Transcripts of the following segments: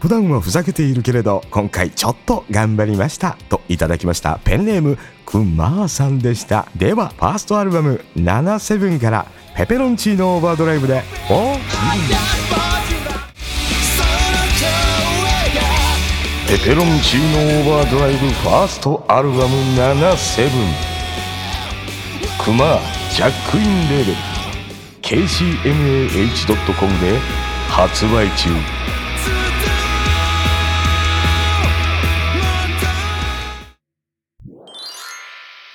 普段はふざけているけれど今回ちょっと頑張りましたといただきましたペンネームくまーさんでしたではファーストアルバム「77」から「ペペロンチーノオーバードライブ」で「おーペペロンチーノオーバードライブ」ファーストアルバム「77」クマジャックインレーベル KCMAH.com で発売中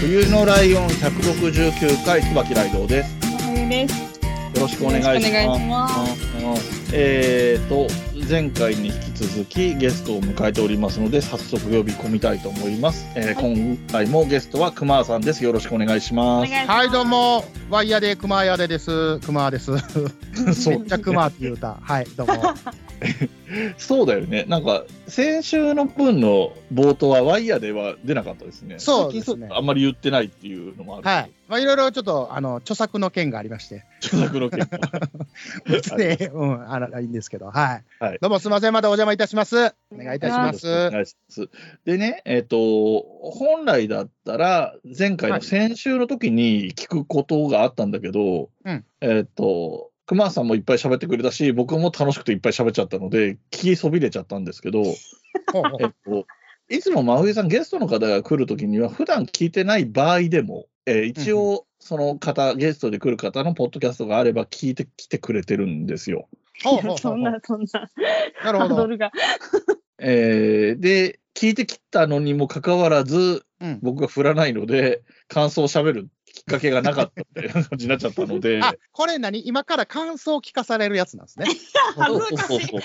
冬のライオン169回、椿ライドウです。冬です。よろしくお願いします。よろしくお願いしえーと、前回に引き続きゲストを迎えておりますので、早速呼び込みたいと思います。えー今回もゲストは熊さんです。よろしくお願いしおま願いします はい、どうも、ワイヤーで、熊ヤーでです。熊です。す。そめうっちゃ熊っていう歌。はい、どうも。 そうだよね。なんか、先週の分の冒頭はワイヤーでは出なかったですね。そうですね最近あんまり言ってないっていうのもある。はい。まあ、いろいろちょっと、あの、著作の件がありまして。著作の件別 に、うん、あら、いいんですけど、はい。はいどうも、すみません。まだお邪魔いたします。お願いいたしまおす。願いします。でね、えっ、と、本来だったら、前回はのい先週の時に聞くことがあったんだけど、うんえっ、と、熊さんもいっぱい喋ってくれたし、僕も楽しくていっぱい喋っちゃったので、聞きそびれちゃったんですけど、ほうほえっと、いつも真冬さん、ゲストの方が来るときには、普段聞いてない場合でも、えー一う応、その方、ゲストで来る方のポッドキャストがあれば、聞いてきてくれてるんですよ。うほうほうほそんう。なそんななハるほードど。ルが。えーで、聞いてきたのにもかかわらず、うん僕が振らないので、感想をしゃべるきっかけがなかったみたい な感じになっちゃったので、あ、これ何今から感想を聞かされるやつなんですね。そうそうそうそう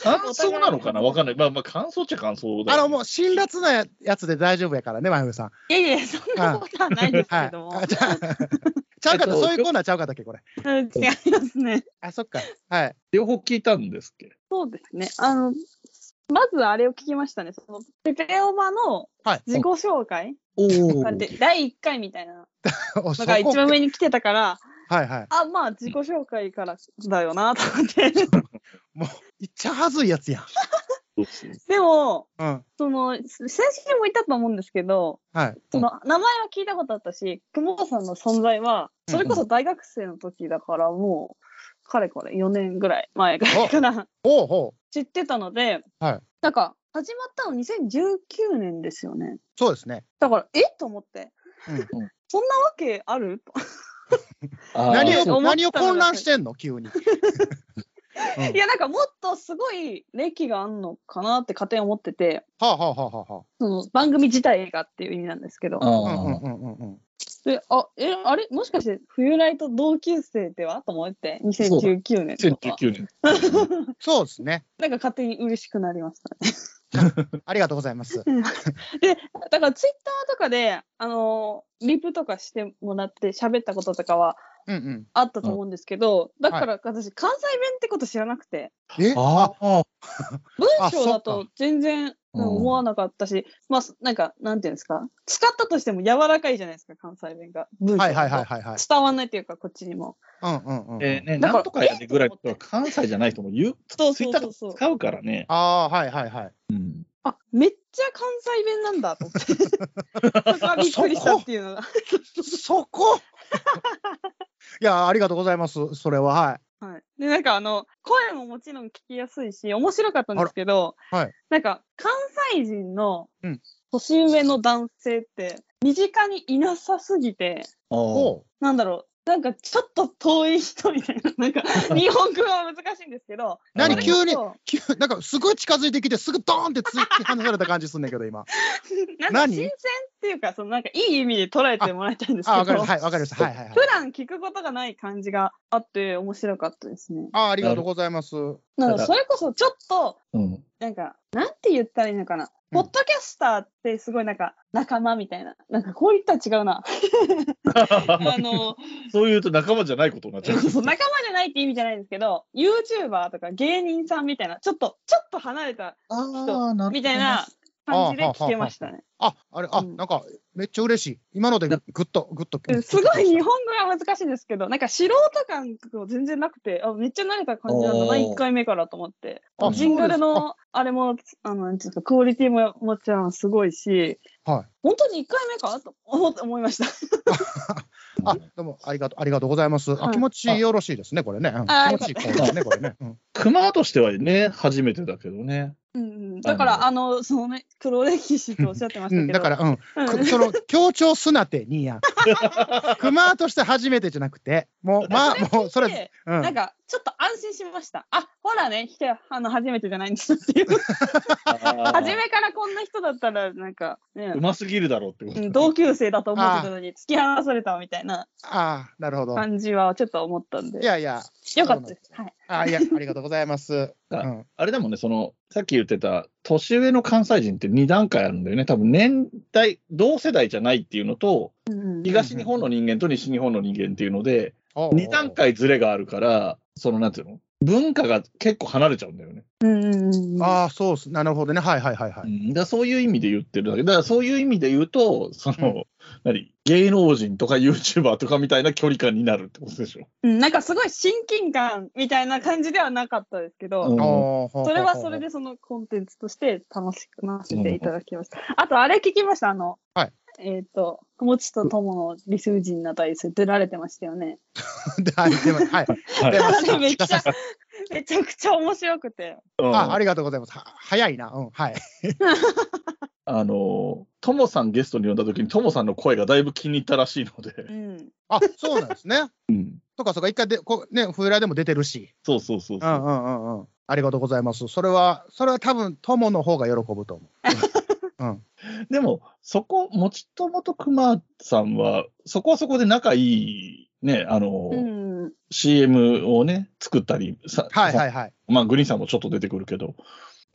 感想なのかなわかんない。まあまあ、感想っちゃ感想だあよねの、もう、辛辣なやつで大丈夫やからね、まゆみさん。いやいやそんなことはないですはけい。ども。あ、じゃあ、ちゃうかった、えっとそういうコーナーちゃうかったっけ、これ。うん違いますね。あ、そっか。はい。両方聞いたんですっけそうですね。あのまずあれを聞きましたね。そのペペオバのはい自己紹介、おで第一回みたいなおのそこが一番上に来てたから、はいはい。あまあ自己紹介からだよなと思って。いっちゃはずいやつやん。でもうん。その先週も言ったと思うんですけど。はい。その名前は聞いたことあったし、久保さんの存在は、それこそ大学生の時だから、もう、かれこれ4年ぐらい前ぐらいからほうほう。知ってたので、はいなんか、始まったの2019年ですよね。そうですね。だから、えと思って、うんそんなわけあると。何そうを何思をったのが混乱してんの 急に。うんいや、なんかもっとすごい歴があんのかなって勝手に思ってて、はあはあはあはあはその番組自体がっていう意味なんですけど。あ。うんうんあうんうんうん。で、あ、え、あれもしかして、冬来と同級生ではと思って、2019年ーとか。 2019年。そうですね。なんか勝手に嬉しくなりました。ありがとうございます。で、だからツイッターとかで、あのーリプとかしてもらって喋ったこととかはうんうん。あったと思うんですけど、だから私、関西弁ってこと知らなくて、えああ、文あ章だそとっ全然うん思わなかったし、まあ、なんか、なんていうんですか、使ったとしても柔らかいじゃないですか、関西弁が。文章だとはいはいはいはいはい。伝わんないというか、こっちにも。うんうんうん。えーね、だからなんとかやでぐらいの人は関西じゃない人も言う、そうツそうイッタそうそーう使うからね。ああー、はいはいはい。うんあめっちゃ関西弁なんだと 思って、 そこはびっくりしたっていうのが。そこいや、ありがとうございます。それは、はい。はい、でなんかあの声ももちろん聞きやすいし面白かったんですけど、あらはいなんか関西人のうん年上の男性って身近にいなさすぎてあーほなんだろうなんかちょっと遠い人みたいな なんか日本語は難しいんですけど何それこそ急に急な んかすごい近づいてきて、すぐドーンってついて離された感じすんねんけど、今。なんか何新鮮っっていうか、そのなんかいい意味で捉えてもらいたいんですけあ、ど、わかりました。はい、わかりました。はい、はい、はい普。段聞くことがない感じがあって面白かったですね。あ、ありがとうございます。なのでそれこそちょっと、うん。なんか、なんて言ったらいいのかな。ポッドキャスターってすごいなんか仲間みたいな。なんかこう言ったら違うな。あの、 そういうと仲間じゃないことになっちゃう。 そう仲間じゃないって意味じゃないんですけど、YouTuber とか芸人さんみたいな、ちょっと、ちょっと離れたああ、なるほど。みたいな感じで聞けましたね。あ、あれ、あ、うんなんか、めっちゃ嬉しい。今のでぐっと、ぐっと。うんすごい日本語が難しいんですけど、なんか素人感が全然なくて、あめっちゃ慣れた感じなんだおな、ー1回目からと思ってあ。ジングルそうですの、あれも、あの、なんていうんですか、クオリティももちろんすごいし、はい。本当に1回目かと思って思いました。あ、どうも、ありがとう、ありがとうございます。あはい気持ちよろしいですね、これね。うんあ気持ちいい声よですね、これね。 うん熊としてはね、初めてだけど ね。うんうんだから、あの、そのね、黒歴史とおっしゃってまうしたん、けど。だから、うん、うん、くその強調すなて、にや。 熊として初めてじゃなくて、もう、まあ、もう、それ、でうんなんか、ちょっと安心しました。あ、ほらね、ひてあの、初めてじゃないんですって いう。初初めからこんな人だったら、なんか、ね、うますぎるだろうってことうん同級生だと思ってたのに突き放されたみたいなああ、なるほど。感じはちょっと思ったんいで、やいや、よかったです。はい、ああ、いや、ありがとうござ います。うあん、あれだもんね、その、さっき言ってた、年上の関西人って2段階あるんだよね。多分年代、同世代じゃないっていうのと、東日本の人間と西日本の人間っていうので、おうおう2段階ずれがあるから、その、なんていうの文化が結構離れちゃうんだよね。うんうんうんうんああ、そうっす。なるほどね。はいはいはいはうい。んだからそういう意味で言ってるだけ。だからそういう意味で言うと、その、うん何芸能人とか YouTuber とかみたいな距離感になるってことでしょ。うんなんかすごい親近感みたいな感じではなかったですけど、おーほうほうほうそれはそれでそのコンテンツとして楽しくなせていただきました。あと、あれ聞きました、あの、はいえっ、と、くもちとともの理数人な対戦出られてましたよ ね。 はい、出まはい。はい出ましあたれめっちゃ、めちゃくちゃ面白くて。うんあ、ありがとうございます。は早いな。うん、はい。あの、トモさんゲストに呼んだ時にトモさんの声がだいぶ気に入ったらしいのでう、ん。あ、そうなんですね。 うんとか、そうか、一回で、こうね、フーラでも出てるし。そうそうそううそんう。うんうんうん。ありがとうございます。それは、それは多分、友の方が喜ぶと思う。うん。でも、そこ、もちともとくまさんは、そこはそこで仲いい、ね、あの、うん。 CM をね、作ったり、さ、はいはいいはい。まあ、グリーンさんもちょっと出てくるけど、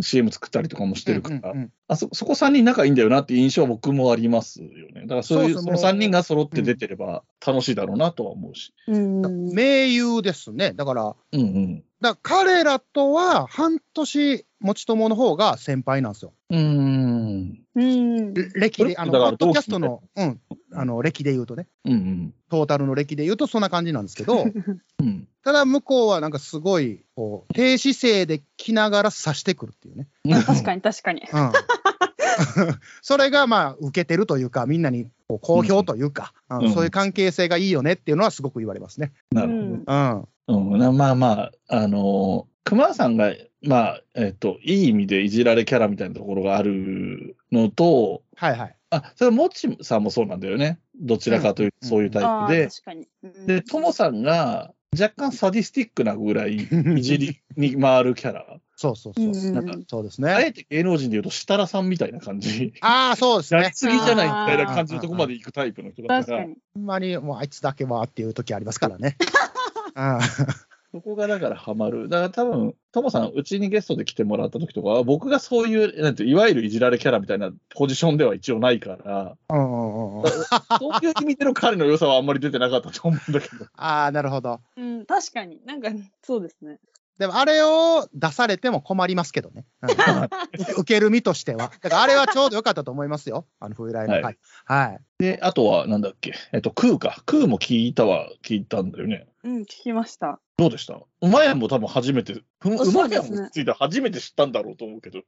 CM 作ったりとかもしてるから、うんうんうんあそそこ3人仲いいんだよなっていう印象は僕もありますよね。だからそういう、そうそうそもの3う人が揃って出てれば楽しいだろうなとは思うし。うん。名優ですね。だから、うんうん。だから彼らとは半年、持ち友の方が先輩なんですよ。うーん。うん。歴で、あの、だポからッドキャストの、うん、あの、歴で言うとね、うんうん。トータルの歴で言うとそんな感じなんですけど、うん。ただ向こうはなんかすごい、こう、低姿勢で来ながら刺してくるっていうね。確かに確かに。うん。 それがまあ、受けてるというか、みんなにこう好評というか、うんうんそういう関係性がいいよねっていうのはすごく言われますね。 なうるほど。ん。うん。うん、なまあまあ、あのー熊さんが、まあ、えっ、と、いい意味でいじられキャラみたいなところがあるのと、はいはい。あ、それはもちさんもそうなんだよね。どちらかというと、うんそういうタイあプで。ー確かに。うんで、ともさんが若干サディスティックなぐらいいじりに回るキャ ラ。そうそうそう。うんなんかそうですあね。えて芸能人で言うと、設楽さんみたいな 感じ。ああ、そうですやりね。すぎじゃないみたいな感じのとこまで行くタイプの人だ確か、からに。ほんまにもうあいつだけはっていう時ありますか らね。あそこがだからハマる。だから多分、ともさん、うちにゲストで来てもらった時とかは、僕がそういう、なんていう、いわゆるいじられキャラみたいなポジションでは一応ない から、あ、うんうんうんうんそういう意味での彼の良さはあんまり出てなかったと思うんだけど。ああ、なるほど。うん、確かに。なんか、そうですね。でも、あれを出されても困りますけどね。 うん受ける身としては。だから、あれはちょうど良かったと思いますよ。あの、風来のは回。はい。で、あとは、なんだっけ、えっと、空か。空も聞いたは聞いたんだよね。うん、聞きました。 どうでしたうまやんも多分初めて、ううそまうでやんすねについて初めて知ったんだろうと思うけど。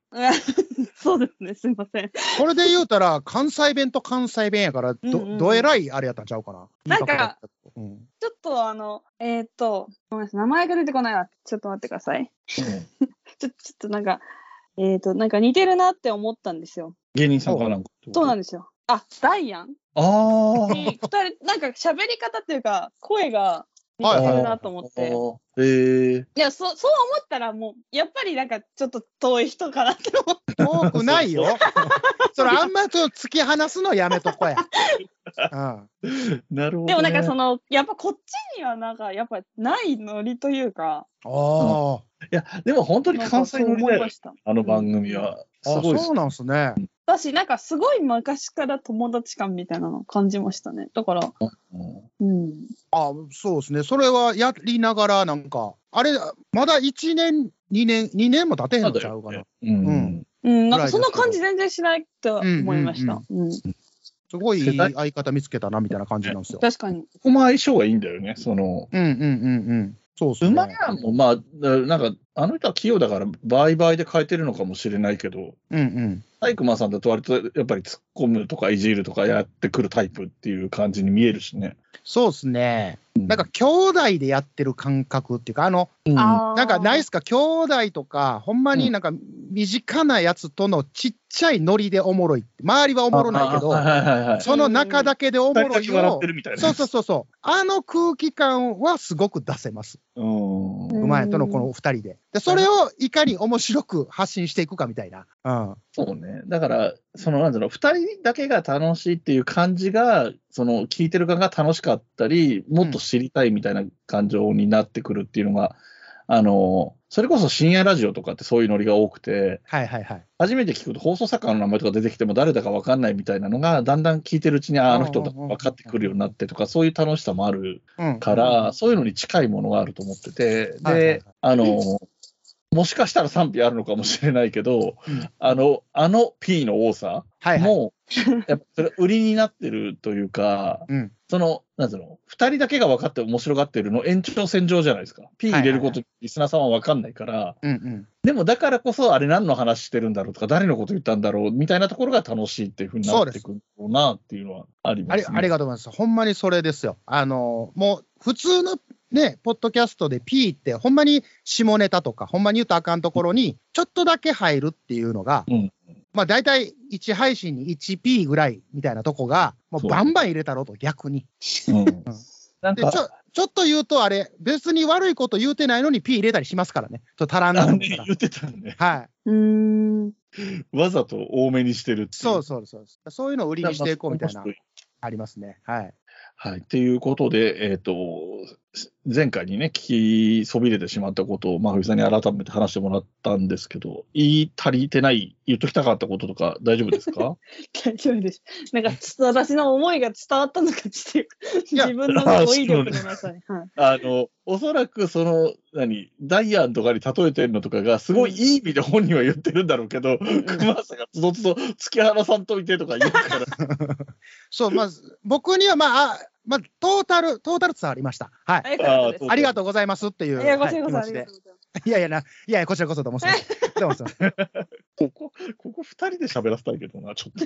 そうですね、すいません。これで言うたら、 関西弁と関西弁やから、うんうんうど、んどえらいあれやったんちゃうかな。なんかいい格好だったとうんちょっとあの、えーっと、ごめんなさい、名前が出てこないわ。ちょっと待ってください。ちょ、ちょっとなんか、えーっと、なんか似てるなって思ったんですよ。芸人さんかなんか。そうなんでですよ。あ、ダイアンああ。に、二人、なんか喋り方っていうか、声が似てはいはいるなと思って。ええいや、そ、そう思ったらもう、やっぱりなんかちょっと遠い人かなって思って。遠くないよ。 それあんまちょっと突き放すのやめとこや。うん。なるほど、ね。でもなんかその、やっぱこっちにはなんか、やっぱないノリというか、ああ。いや、でも本当になん関かそ西う乗り思だいよま、した。あの番組は。すあごいっすそうなんすね。私なんかすごい昔から友達感みたいなのを感じましたね。だから、うんうん。あそうですね。それはやりながら、なんか、あれ、まだ1年、2年、2年も経てへんのちゃうかな。うんうんうん、なんかそんな感じ全然しないと思いました。うん。すごいいい世代相方見つけたな、みたいな感じなんですよ。確かに。ここも相性がいいんだよね。その、うんうんうんうん。そうですね。馬やんも、まあ、だなんか、あの人は器用だから、倍々で変えてるのかもしれないけど、うんうん。大熊さんだと割とやっぱり突っ込むとかいじるとかやってくるタイプっていう感じに見えるしね。そうですね。なんか、兄弟でやってる感覚っていうか、あの、うん、なんかないいっすか、兄弟とか、ほんまになんか身近なやつとのちっちゃいノリでおもろいって、周りはおもろないけあどは、いはいはいはい。その中だけでおも二人ろだいけ笑っをて、るみたいな。そうそうそうそう、あの空気感はすごく出せます。うん。うん馬やとのこのお二人で。で、それをいかに面白く発信していくかみたいな。うん。そうね。だから、その、なんだろうの、二人だけが楽しいっていう感じが、その、聞いてる側が楽しかったり、もっと知りたいみたいな感情になってくるっていうのが、あの、それこそ深夜ラジオとかってそういうノリが多くて、はいはいはい。初めて聞くと放送作家の名前とか出てきても誰だかわかんないみたいなのが、だんだん聞いてるうちに、ああの人だうんうんうん分かってくるようになってとか、そういう楽しさもあるうん。から、そういうのに近いものがあると思ってて、はいはいはでい、あの、もしかしたら賛否あるのかもしれないけどうん、あの、あの P の多さはいはい。も、やっぱそれ売りになってるというかうん、その、なんつうの、二人だけが分かって面白がってるの延長線上じゃないですか。P 入れること、リスナーさんは分かんないから、うんうん。でもだからこそ、あれ何の話してるんだろうとか、誰のこと言ったんだろうみたいなところが楽しいっていうふうになってくるのかなっていうのはありあまりすね。ありがとうございます。ほんまにそれですよ。あの、もう普通のね、ポッドキャストで P って、ほんまに下ネタとか、ほんまに言うとあかんところに、ちょっとだけ入るっていうのが、うんまあ大体1配信に 1P ぐらいみたいなとこが、もそううバンバン入れたろと逆に。うんなんでちょか、ちょっと言うとあれ、別に悪いこと言うてないのに P 入れたりしますからね。ちょっと足らんなあとの思っねたら。言ってたね。はい。うん。 わざと多めにしてるっていう。そうそうそうです。そういうのを売りにしていこうみたいな面、白ありますね。はい。はい。っていうことで、えっ、と、前回にね、聞きそびれてしまったことを、まあ、ふさんに改めて話してもらったんですけど、言い足りてない、言っときたかったこととか大丈夫ですか大丈夫です。なんかちょっと私の思いが伝わったのかちょっとや自分の語彙力のなさに。はい あの、おそらくその、何、ダイアンとかに例えてるのとかが、すごいいい意味で本人は言ってるんだろうけど、熊さんがつどつど突き放さんといてとか言うから、そう、まず、僕にはまあ、あまあ、トータル、トータルツアーありました。はい。あよかったですそうありがとうございますっていう。いや、はごいち気そうさ持まあちりがでとうございます。いやいやな、いやいや、こちらこそどうもすいま せん。どうもすいません。ここ、ここ二人で喋らせたいけどな、ちょっと。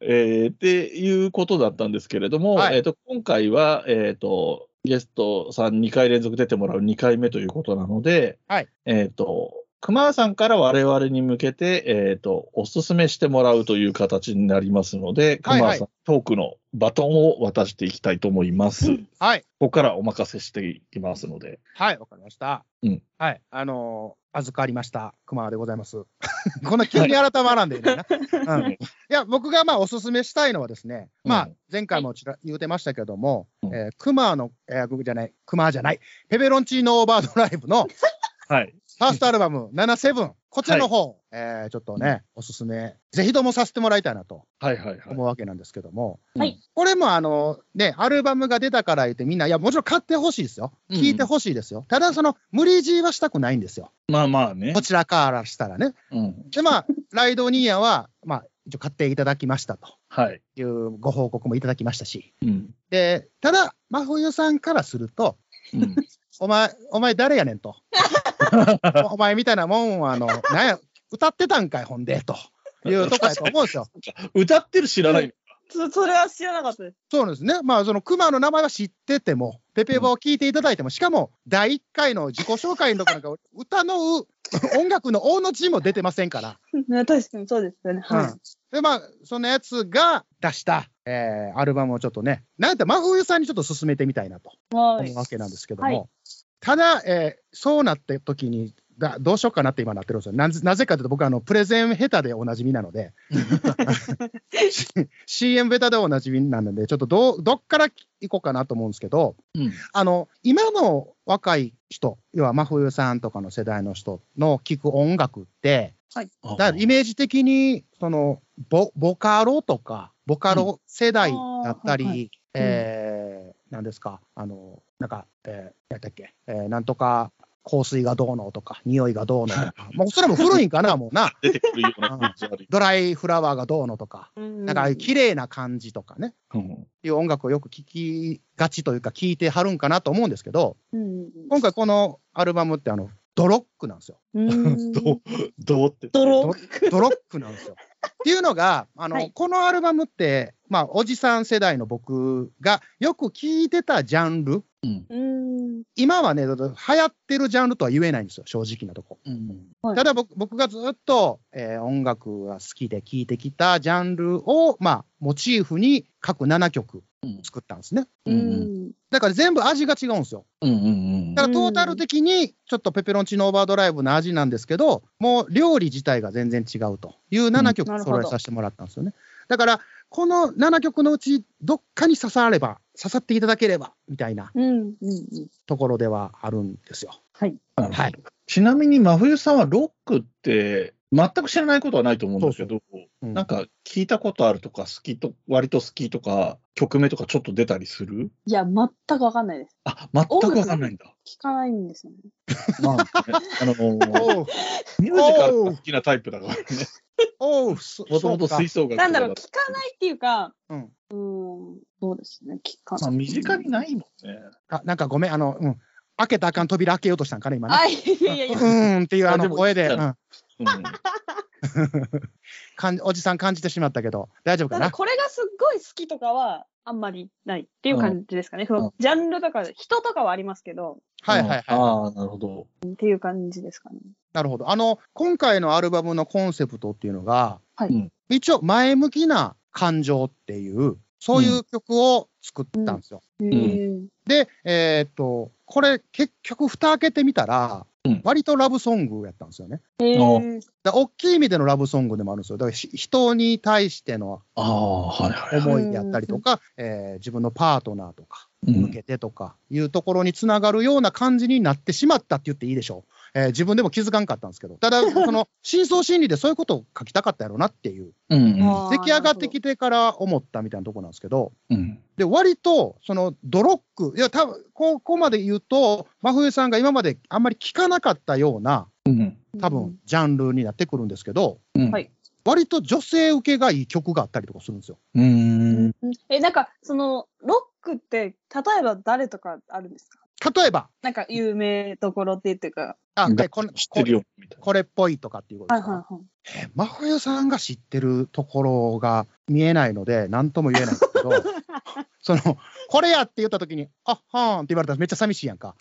えー、っていうことだったんですけれども、はいえー、と今回は、えー、とゲストさん2回連続出てもらう2回目ということなので、はいえー、と熊谷さんから我々に向けて、えー、とおすすめしてもらうという形になりますので、は熊い谷はいさん、トークのバトンを渡していきたいと思います。はい。ここからお任せしていきますので。はい、わかりました。うんはい。あのー預かりました。熊でございます。 こんな急に改まらんでいいのにな。うん、いや、僕がまあおすすめしたいのはですね、うまあん前回もちら言うてましたけども、うんえー熊の、えー僕じゃない、熊じゃない、ペペロンチーノオーバードライブのはい、ファーストアルバム77、こちらの方、えーちょっとね、おすすめ、ぜひともさせてもらいたいなとはいはいはい。思うわけなんですけども、はいこれもあの、ね、アルバムが出たから言ってみんな、いや、もちろん買ってほしいですよ。うん聞いてほしいですよ。ただ、その、無理強いはしたくないんですよ。まあまあねこ。ちらからしたらね。うん、で、まあ、 ライドニーヤは、まあ、一応買っていただきましたとはい。いうご報告もいただきましたし。うん。で、ただ、真冬さんからすると、うんお前、お前誰やねんと。おお前みたいなもんは、あの、なんや、歌ってたんかい、ほんで、というとこやと思うんですよ。歌ってる知らないの。そそれは知らなかったです。そうなんですね。まあ、その熊の名前は知ってても、ペペバを聞いていただいても、しかも、第1回の自己紹介のとこなんか、歌のう音楽の大の字も出てませんから。ね確かにそうですよね。はい。で、まあ、そのやつが出した、えー、アルバムをちょっとね、なんて、真冬さんにちょっと進めてみたいなとは思。いうわけなんですけども、はいただ、えーそうなった時にだ、どうしようかなって今なってるんですよ。なぜなぜかというと、僕はあのプレゼン下手でおなじみな ので、C- CM 下手でおなじみなので、ちょっとどうどっから行こうかなと思うんですけど、うんあの今の若い人、要は真冬さんとかの世代の人の聞く音楽って、あだからイメージ的にそのボボカロとか、ボカロ世代だったり、あーはいはえーなんですか、あのなんか、えー、やったっけ、えーなんとか香水がどうのとか、匂いがどうのとか、まあ、それも古いんかな、も うな、出てくるような感じある。ドライフラワーがどうのとか、ななんか綺麗な感じとかね、うんいう音楽をよく聴きがちというか、聴いてはるんかなと思うんですけど、うん今回このアルバムってあの、ドロックなんですよ。うん。どう、どうって。ドロドドロックなんですよ。っていうのが、あの、はいこのアルバムって、まあ、おじさん世代の僕がよく聴いてたジャンル、うん。今はね、だって流行ってるジャンルとは言えないんですよ、正直なとこ。うんはいただ僕僕がずっと、えー音楽が好きで聴いてきたジャンルを、まあ、モチーフに各7曲作ったんですね。ううんん。だから全部味が違うんですよ。うんうんだからトータル的にちょっとペペロンチーノオーバードライブの味なんですけど、もう料理自体が全然違うという7曲うんなるほど揃えさせてもらったんですよね。だから、この7曲のうち、どっかに刺されば、刺さっていただければ、みたいなうん。うん。ところではあるんですよ。うんはい。ちなみに真冬さんはロックって全く知らないことはないと思うんですけど、うんなんか聞いたことあるとか、好きと、割と好きとか、曲名とかちょっと出たりするいや、全くわかんないです。あ、全くわかんないんだ。聞かないんですよね。まあね、あのーおう、ミュージカルが好きなタイプだからね。おう、そもともとそう吹か奏楽となかんだだろう、聞かないっていうか、うんうん、そうですね、聞かまなあ、い。身近にないもんね。あなんかごめん、あの、うん、開けたらあかん扉開けようとしたんかね、今ね。あ、いやいやいうや、ーんっていうああでのも声で、いいじゃんうんうんかん、おじさん感じてしまったけど、大丈夫なかんかな。これがすっごい好きとかは、あんまりないっていう感じですかね。そうんのジャンルとか、人とかはありますけど、はいはいはい。ああ、なるほど。っていう感じですかね。なるほど。あの、今回のアルバムのコンセプトっていうのが、はいうん一応、前向きな感情っていう、そういう曲を作ったんですよ。へーで、えーっと、これ、結局、蓋開けてみたら、うん割とラブソングやったんですよね。へーだ大きい意味でのラブソングでもあるんですよ。だからひ、人に対してのああ、はいはいは思いであったりとか、えー自分のパートナーとか、い。うん向けてとかいうところにつながるような感じになってしまったって言っていいでしょう、えー自分でも気づかんかったんですけど、ただ、その深層心理でそういうことを書きたかったやろうなっていう、うんうんあー出来上がってきてから思ったみたいなところなんですけど、うんで割とそのドロック、いや、多分ここまで言うと、真冬さんが今まであんまり聞かなかったような、うん多分ジャンルになってくるんですけど、うんはい割と女性受けがいい曲があったりとかするんですよ。うーん。うんえ、なんか、その、ロックって、例えば誰とかあるんですか例えば、なんか、有名どころっていうか、あでこ知のってるよ、みたいな。これっぽいとかっていうことはいですか、はいはい。真冬さんが知ってるところが見えないので、何とも言えないんですけど、 その、これやって言ったときに、あはーんって言われたらめっちゃ寂しいやんか。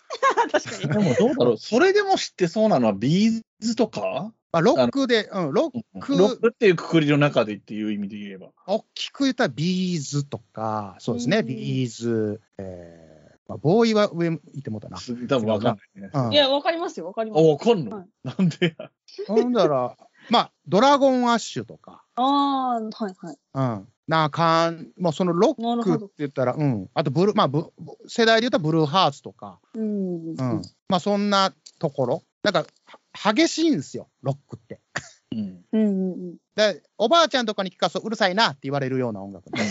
確かでもどうだ ろう、それでも知ってそうなのはビーズとかまあ、ロックで、うん、ロック、ロくックっていうくくりの中でっていう意味で言えば。大きく言ったらビーズとか、そうですうね、んビーズ、えーまあ、ボーイは上行ってもうたな。す多分わかんないね。あ、うんに。いや、わかりますよ、わかります。わかんはのいなんでや。ほんだら、まあ、ドラゴンアッシュとか、ああ、はいはい。うん。なかん、まあ、そのロなるックほっどて言ったら、うん。あと、ブルー、まあブ、ブ世代で言ったらブルーハーツとか、うん。うん、まあそんなところ、なんかは激しいんですよ、ロックって。うんうんうんうん。で、おばあちゃんとかに聞かすとうるさいなって言われるような音楽ね。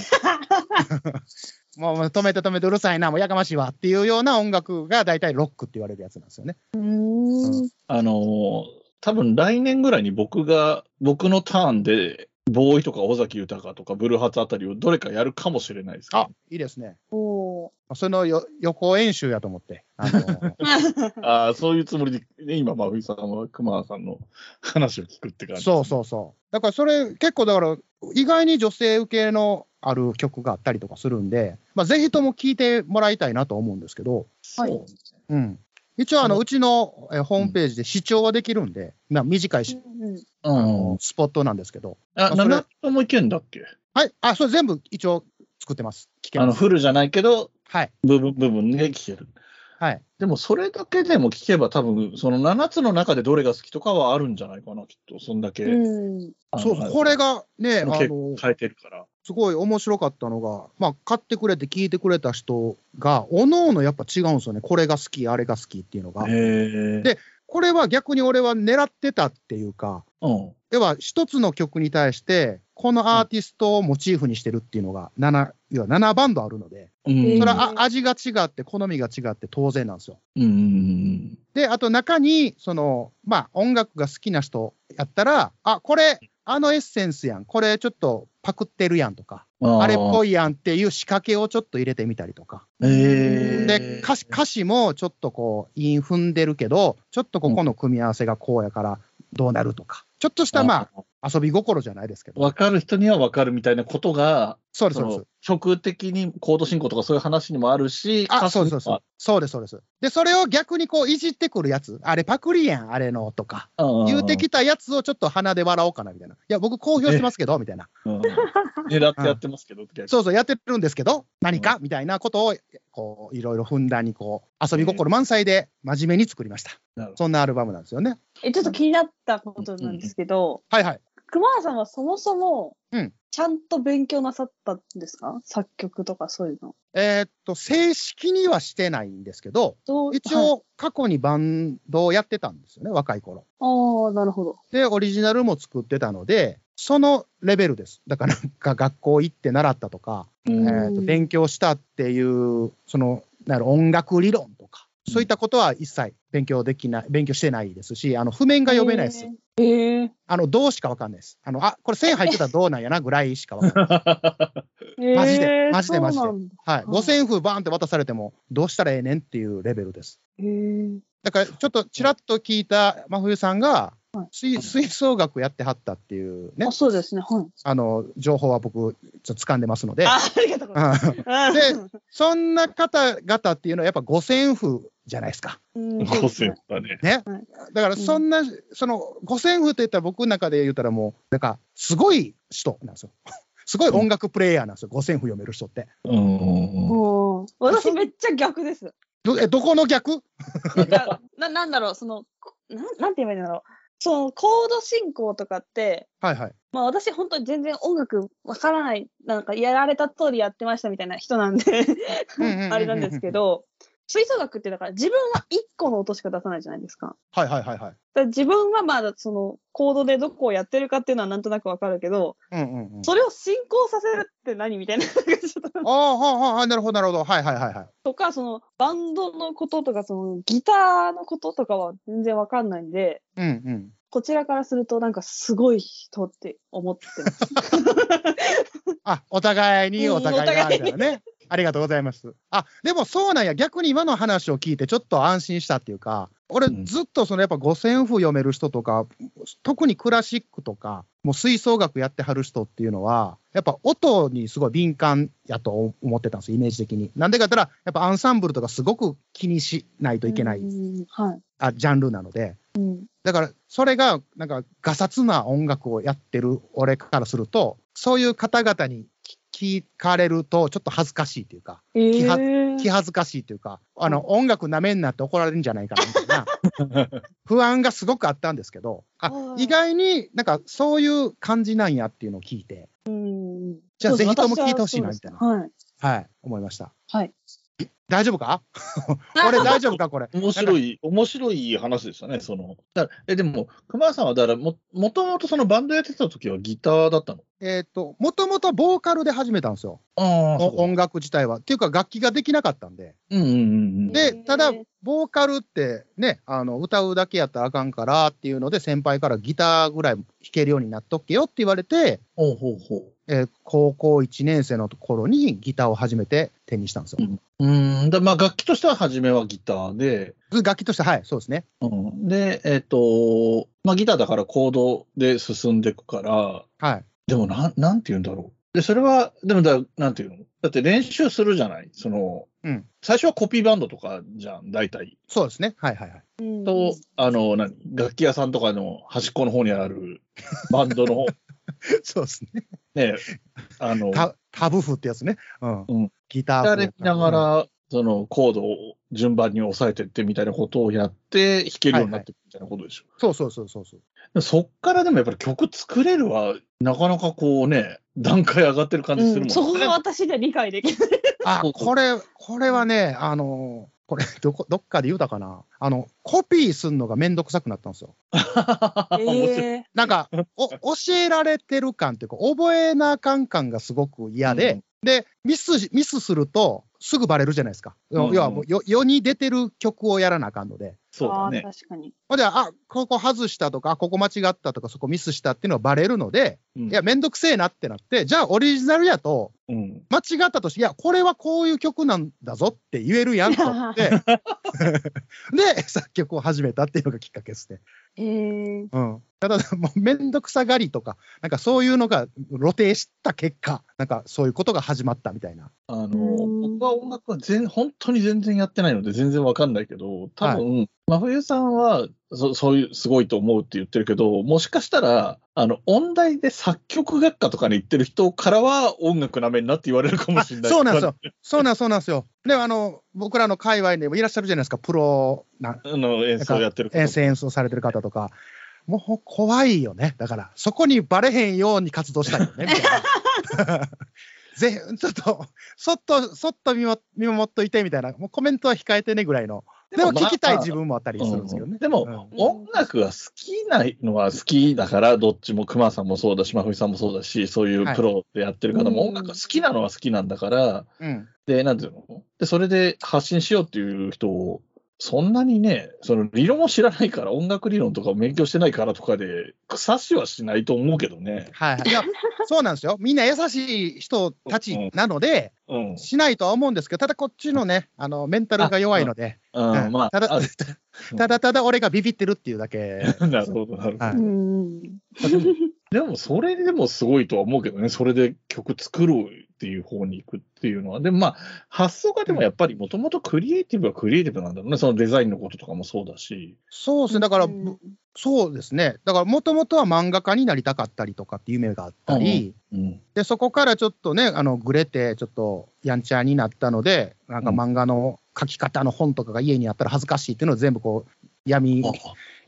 もうもう止めて止めてうるさいな、もうやかましいわっていうような音楽が大体ロックって言われるやつなんですよね。うん。あのー、多分来年ぐらいに僕が、僕のターンで、ボーイとか尾崎豊とかブルーハーツあたりをどれかやるかもしれないですけどあいいですね。おーそのよ予行演習やと思って。あのあーそういうつもりで、ね、今、真冬さんは熊さんの話を聞くって感じ。そうそうそう。だからそれ結構だから意外に女性受けのある曲があったりとかするんで、まあ、ぜひとも聴いてもらいたいなと思うんですけど、そう。はいうん、一応あの、うちのえーホームページで視聴はできるんで、まあ、短いし、うんあうのん。スポットなんですけど、あ、まあそれ7人もいけんだっけはい、あそれ全部一応作ってます、聞けあまの、す。フルじゃないけど、はい、部分部分で聞ける。はい。でもそれだけでも聞けば多分その7つの中でどれが好きとかはあるんじゃないかなきっとそんだけ、うん。あのそうそう、これがね、あ結の構、変えてるからすごい面白かったのが、まあ、買ってくれて聞いてくれた人が、おのおのやっぱ違うんですよね。これが好き、あれが好きっていうのが。へえでこれは逆に俺は狙ってたっていうか、うん要は一つの曲に対して、このアーティストをモチーフにしてるっていうのが7、要は7バンドあるので、うんそれうはんあ味が違って、好みが違って当然なんですよ。うんうんで、あと中に、その、まあ、音楽が好きな人やったら、あ、これ、あのエッセンスやん、これちょっとパクってるやんとか、うんうんあれっぽいいやんっていう仕掛けをちょっと入れてみたりとか。へえで、歌詞歌詞もちょっとこう、韻踏んでるけど、ちょっとここの組み合わせがこうやからどうなるとか、ちょっとしたまああ、遊び心じゃないですけど。分かる人には分かるみたいなことがそうでそす、そうですの。曲的にコード進行とかそういう話にもあるしあ、そうです、そう歌詞でにす。そうです、そうです。で、それを逆にこう、いじってくるやつ、あれパクリやん、あれの、とか、もあ言うてきたやつをちょっと鼻で笑おうかな、みたいな。いや、僕公表してますけど、みたいな。うんうん狙ってやってますけど逆にそうそう、やってるんですけど、何か、みたいなことを、こう、いろいろふんだんに、こう、遊び心満載で、真面目に作りましたなるほ。どそんなアルバムなんですよね。え、ちょっと気になったことなんですけど、はいはい。熊谷さんはそもそもうん、ちゃんと勉強なさったんですか、作曲とかそういうの。えーっと、正式にはしてないんですけど、どう一はい応過去にバンドをやってたんですよね、若い頃。ああ、なるほど。で、オリジナルも作ってたので、そのレベルです。だからなんか学校行って習ったとか、ええーっと勉強したっていう、その、なんやろ音楽理論とか、そういったことは一切勉強できない、勉強してないですし、あの、譜面が読めないです。。えー、えあの、どうしかわかんないです。あの、あ、これ線入ってたらどうなんやなぐらいしかわかんない。 ーマジでえーマジでマジでそうなんだはい。五線譜バーンって渡されても、どうしたらええねんっていうレベルです。えーだからちょっとちらっと聞いた真冬さんが、吹吹奏楽やってはったっていうねあ、、そうですね。はい。あの情報は僕、ちょっと掴んでますので、あ、ありがとうございまうんす。 そんな方々っていうのは、やっぱ五線譜じゃないですか。うん個性だねねはい、だからそんな、その五線譜って言ったら、僕の中で言ったらもう、なんかすごい人なんですよ。 すごい音楽プレイヤーなんですよ、五線譜読める人って。うんうんうんもう私めっちゃ逆です。どえどこの逆 なんかななんだろう、その、なんなんて言えばいいんだろう。そのコード進行とかって、はいはい。まあ私本当に全然音楽わからない、なんかやられた通りやってましたみたいな人なんでうんうんうんう、んあれなんですけど、吹奏楽ってだから自分は1個の音しか出さないじゃないですか。はいはいはいはだい。から自分はまだそのコードでどこをやってるかっていうのはなんとなくわかるけど、うんうんうん、それを進行させるって何みたいな。なんかちょっとああ、はあはあ、なるほどなるほど。はいはいはいはい。とか、そのバンドのこととか、そのギターのこととかは全然わかんないんで、うんうん。こちらからするとなんかすごい人って思ってます。あ、お互いにうんお互いが、みたいなね。ありがとうございます。あ、でもそうなんや。逆に今の話を聞いてちょっと安心したっていうか、俺うんずっとそのやっぱ五線譜読める人とか、特にクラシックとか、もう吹奏楽やってはる人っていうのは、やっぱ音にすごい敏感やと思ってたんですよ、イメージ的に。なんでかって言ったら、やっぱアンサンブルとかすごく気にしないといけない、うんはい。あジャンルなので。うんだから、それが、なんか、がさつな音楽をやってる俺からすると、そういう方々に聞聞かれると、ちょっと恥ずかしいというか、えはー気恥ずかしいというか、あの、音楽なめんなって怒られるんじゃないかな、みたいな、 不安がすごくあったんですけど、あはい意外になんか、そういう感じなんやっていうのを聞いて、うんじゃあそうですぜひとも聞いてほしいな私はみたそうですはい、思いました。はい。大丈夫か 俺大丈夫か、これ。面白い、面白い話でしたね、その。だからえでも、熊谷さんはだからも、もともとそのバンドやってた時はギターだったのえっと、もともとボーカルで始めたんですよ、ああ、お音楽自体は。っていうか、楽器ができなかったんで。うんうんうんうん。で、へーただ、ボーカルってね、あの、歌うだけやったらあかんからっていうので、先輩からギターぐらい弾けるようになっとけよって言われて、ほうほうほえー高校1年生の頃にギターを初めて手にしたんですよ。う。うん、だまあ楽器としては初めはギターで、楽器として、はい、そうですね。うん、で、えっ、と、まあギターだからコードで進んでいくから、はい。でもなん、なんて言うんだろう。で、それは、でもだ、なんて言うのだって練習するじゃないその、うん最初はコピーバンドとかじゃん、大体。そうですね。はいはいはい。うんと、あの、何楽器屋さんとかの端っこの方にあるバンドの、 そうですね。ね、あの、タタブ譜ってやつね。うん。うんギターや譜れながら、そのコードを順番に抑えてってみたいなことをやって、弾けるようになっていくみたいなことでしょ。そうそうそうそうそう。でそっからでもやっぱり曲作れるは、なかなかこうね、段階上がってる感じするもうんん、そこが私じゃ理解できない。あそうそうこれこれはねあのこれどこどっかで言うたかなあのコピーすんのがめんどくさくなったんですよ。 面白いえなん かお教えられてる感というか覚えなあかん感がすごく嫌で、うんでミスしミスするとすぐバレるじゃないですか。うん要はもうよ世に出てる曲をやらなあかんので。ー、そうだねあ。ー確かに。ほんで、あ、ここ外したとか、あここ間違ったとか、そこミスしたっていうのはバレるので、うんいや、、めんどくせえなってなって、じゃあオリジナルやと、うん。間違ったとして、いや、これはこういう曲なんだぞって言えるやんと思 って、で、作曲を始めたっていうのがきっかけですね。えー、うん。ただ、もうめんどくさがりとか、なんかそういうのが露呈した結果、なんかそういうことが始まったみたいな。あの、うん僕は音楽は全、本当に全然やってないので全然わかんないけど、多分、真冬さんはそ、そういう、すごいと思うって言ってるけど、もしかしたら、あの、音大で作曲学科とかに行ってる人からは音楽なめんなって言われるかもあしれない。そうなんですよ。そうなんそうなんですよ。で、あの、僕らの界隈でもいらっしゃるじゃないですか、プロなあの、演奏やってる方演奏演奏されてる方とか。もう怖いよね。だから、そこにバレへんように活動したいよね、みたいな。 ぜちょっと、そっと、そっと見守見守っといてみたいな、もうコメントは控えてねぐらいの、でもまあ聞きたい自分もあったりするんですけどね。でも、音楽が好きなのは好きだから、どっちも熊さんもそうだし、真冬さんもそうだし、そういうプロでやってる方もはい音楽が好きなのは好きなんだから、うん、で、なんていうので、それで発信しようっていう人を、そんなにね、その理論を知らないから、音楽理論とかを勉強してないからとかで、草しはしないと思うけどね。はいはい。いや、そうなんですよ。みんな優しい人たちなので、うん。しないとは思うんですけど、ただこっちのね、あの、メンタルが弱いので、あうーんまあ、ただあただただ俺がビビってるっていうだけ。 なるほど、なるほど。はういん。 でも、それでもすごいとは思うけどね、それで曲作ろうっていう方に行くっていうのは。でもまあ、発想がでもやっぱりもともとクリエイティブはクリエイティブなんだろうね、そのデザインのこととかもそうだし。そうですね。だから、うんそうですね。だから、もともとは漫画家になりたかったりとかっていう夢があったり、うん。で、そこからちょっとね、あの、ぐれて、ちょっと、やんちゃになったので、なんかうん漫画の書き方の本とかが家にあったら恥ずかしいっていうのを全部こう、闇あ、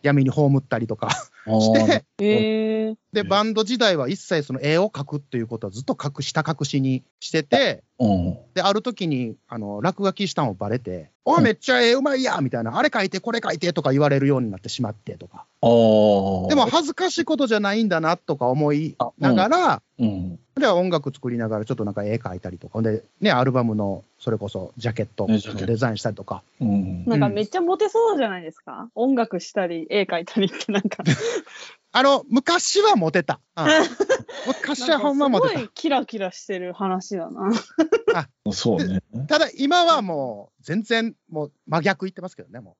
闇に葬ったりとかあして、えー、で、バンド時代は一切その絵を描くっていうことはずっと隠し、下隠しにしてて、うん。で、ある時に、あの、落書きしたのをバレて、おい、めっちゃ絵うまいやみたいな、あれ描いて、これ描いてとか言われるようになってしまってとか。ああ。でも、恥ずかしいことじゃないんだなとか思いあながら、うん。では音楽作りながらちょっとなんか絵描いたりとか、で、ね、アルバムのそれこそジャケットねジャケットのデザインしたりとか、うん。なんかめっちゃモテそうじゃないですか、音楽したり、絵描いたりってなんか。あの、昔はモテた。 うん昔はほんまモなんかテすごいキラキラしてる話 だな。そうね。た。ただ今はもう全然もう真逆言ってますけどね、も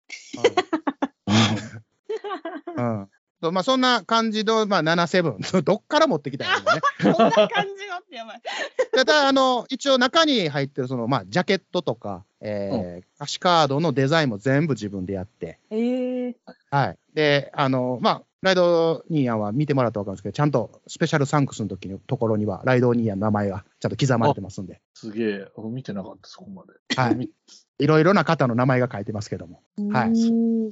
う。うん。そうまあそんな感じの、まあ77、どっ から持ってきたんやろうね。こんな感じのってやばい。ただ、あの、一応中に入ってるその、まあジャケットとか、えー、歌詞カードのデザインも全部自分でやって、えー、はい。で、あの、まあ、ライドニーヤンは見てもらったら分かるんですけど、ちゃんとスペシャルサンクスの時のところには、ライドニーヤンの名前がちゃんと刻まれてますんで、すげえ。あ見てなかった、そこまで。はい。いろいろな方の名前が書いてますけども。はいうーん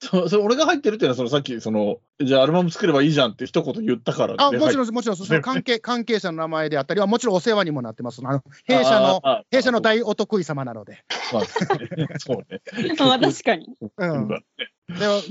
そ それ俺が入ってるっていうのは、そのさっき、その、じゃあアルバム作ればいいじゃんって一言言ったからで。あ、もちろん、ん、もちろん、その関 係、関係者の名前であったりは、もちろんお世話にもなってます。あの、弊社の、あー、弊社の大大お得意様なので。 そうね。ま あ確かに。うん。で、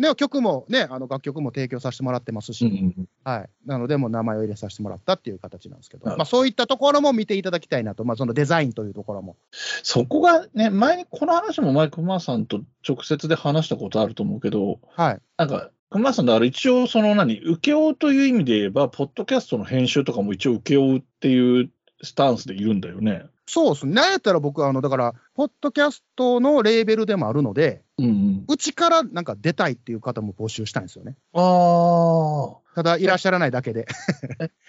ね、曲もね、あの、楽曲も提供させてもらってますうし、ん。はい。なので、もう名前を入れさせてもらったっていう形なんですけど、なるほどまあ、そういったところも見ていただきたいなと、まあ、そのデザインというところも。そこがね、前にこの話も前、熊さんと直接で話したことあると思うけど、はい。なんか、熊さんだから一応、その何、請負という意味で言えば、ポッドキャストの編集とかも一応請負うっていうスタンスでいるんだよね。そうですね。なんやったら僕は、あの、だから、ポッドキャストのレーベルでもあるので、うんうん。うちからなんか出たいっていう方も募集したいんですよね。ああ。ただ、いらっしゃらないだけで。